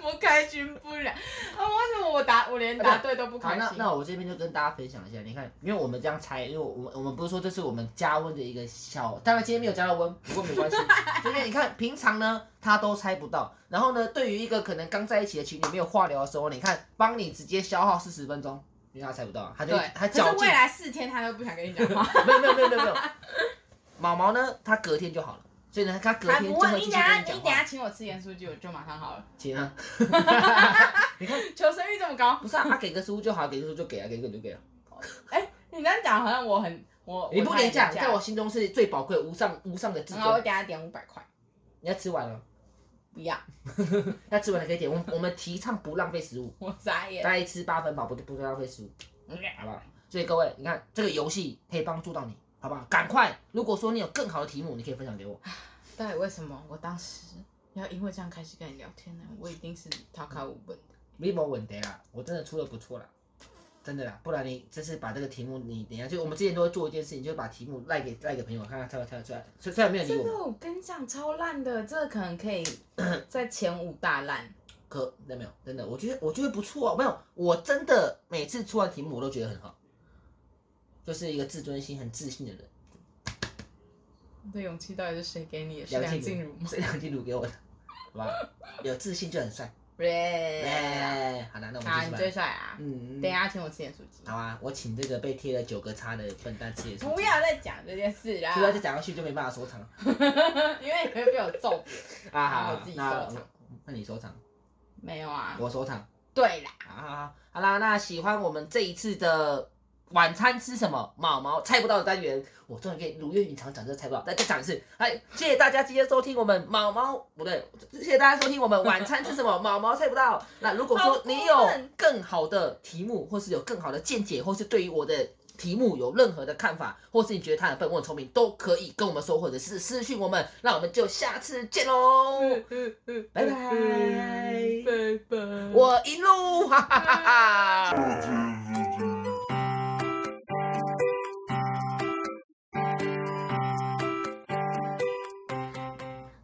Speaker 1: 我开心不了。啊，为什么我答我连答对都不
Speaker 2: 好，
Speaker 1: 开
Speaker 2: 那
Speaker 1: 心？
Speaker 2: 那我这边就跟大家分享一下，你看，因为我们这样猜，因为我们我们不是说这是我们加温的一个小，当然今天没有加到温，不过没
Speaker 1: <laughs>
Speaker 2: 关系。所以你看，平常呢他都猜不到，然后呢，对于一个可能刚在一起的情侣没有话聊的时候，你看帮你直接消耗四十分钟，因为他猜不到啊，他就
Speaker 1: 对，
Speaker 2: 他
Speaker 1: 可
Speaker 2: 绞
Speaker 1: 是
Speaker 2: 尽
Speaker 1: 未，来四天他都不想跟你讲话，
Speaker 2: 没有没有没有没有没有，毛毛呢，他隔天就好了，所以呢，他隔
Speaker 1: 他
Speaker 2: 天
Speaker 1: 不
Speaker 2: 就
Speaker 1: 会。
Speaker 2: 会继
Speaker 1: 你
Speaker 2: 续
Speaker 1: 等下
Speaker 2: 跟
Speaker 1: 你
Speaker 2: 讲
Speaker 1: 等
Speaker 2: 话
Speaker 1: 下。请我吃盐酥鸡，我就马上好了。
Speaker 2: 行啊，
Speaker 1: <laughs> 求生欲这么高，
Speaker 2: <laughs> 不是啊，他给个食物就好，给个食物就给啊，给个食物就给啊。
Speaker 1: 你这样讲好像我很我
Speaker 2: 你不廉价，在我
Speaker 1: 啊我
Speaker 2: 心中是最宝贵、无上无上的至
Speaker 1: 太然后我
Speaker 2: 尊。
Speaker 1: 给他点五百块，
Speaker 2: 你要吃完了，
Speaker 1: 不要， <laughs>
Speaker 2: 那吃完了可以点。我们我们提倡不浪费食物，
Speaker 1: 我傻眼。
Speaker 2: 大家吃八分饱，不不浪费食物，好不好？所以各位，你看这个游戏可以帮助到你，好不好？赶快，如果说你有更好的题目，你可以分享给我。
Speaker 1: 到底为什么我当时要因为这样开始跟你聊天呢？我一定是掏开五 <laughs> 问的。
Speaker 2: 没毛问题啦，我真的出的不错啦，真的啦，不然你这次把这个题目，你等一下就我们之前都会做一件事情，就是把题目赖给赖给朋友看看猜不猜得出来。虽虽然没有理
Speaker 1: 这
Speaker 2: 我们，
Speaker 1: 个我跟你讲超烂的，这个可能 <coughs> 可以在前五大烂。
Speaker 2: 可那没有，真的，我觉得我觉得不错啊，没有，我真的每次出完题目我都觉得很好，就是一个自尊心很自信的人。
Speaker 1: 你的勇气到底是谁给你的？是
Speaker 2: 梁
Speaker 1: 梁
Speaker 2: 静
Speaker 1: 静茹
Speaker 2: 茹
Speaker 1: 吗？
Speaker 2: <laughs>
Speaker 1: <laughs>
Speaker 2: 是梁静茹给我的，好吧？有自信就很帅。
Speaker 1: 对，
Speaker 2: 哎，好的，那我
Speaker 1: 好，
Speaker 2: 们
Speaker 1: 你
Speaker 2: 继续
Speaker 1: 最
Speaker 2: 吧。
Speaker 1: 帅啊！
Speaker 2: 嗯，
Speaker 1: 等一。下请我吃点酥鸡。
Speaker 2: 好啊，我请这个被贴了九个叉的笨蛋吃也是。
Speaker 1: 不要再讲这件事啦
Speaker 2: 就，要再讲下去就没办法收场了
Speaker 1: <laughs> 因为你会被我揍。
Speaker 2: 啊！
Speaker 1: 好
Speaker 2: 好
Speaker 1: 我自己
Speaker 2: 那
Speaker 1: 收场
Speaker 2: 那你收场，
Speaker 1: 没有啊，
Speaker 2: 我收场。
Speaker 1: 对啦，
Speaker 2: 好好好，好啦，那喜欢我们这一次的晚餐吃什么？毛毛猜不到的单元，我终于可以如愿以偿讲这个猜不到，再再讲一次。哎，谢谢大家今天收听我们毛毛不对，谢谢大家收听我们晚餐吃什么？毛毛猜不到。那如果
Speaker 1: 好
Speaker 2: 说
Speaker 1: 过分
Speaker 2: 你有更好的题目，或是有更好的见解，或是对于我的。题目有任何的看法，或是你觉得他很笨，我很聪明，都可以跟我们说，或者是私讯我们，那我们就下次见喽，
Speaker 1: 嗯
Speaker 2: 拜拜，
Speaker 1: 拜拜，
Speaker 2: 我赢喽，哈哈哈哈。
Speaker 4: Thank you.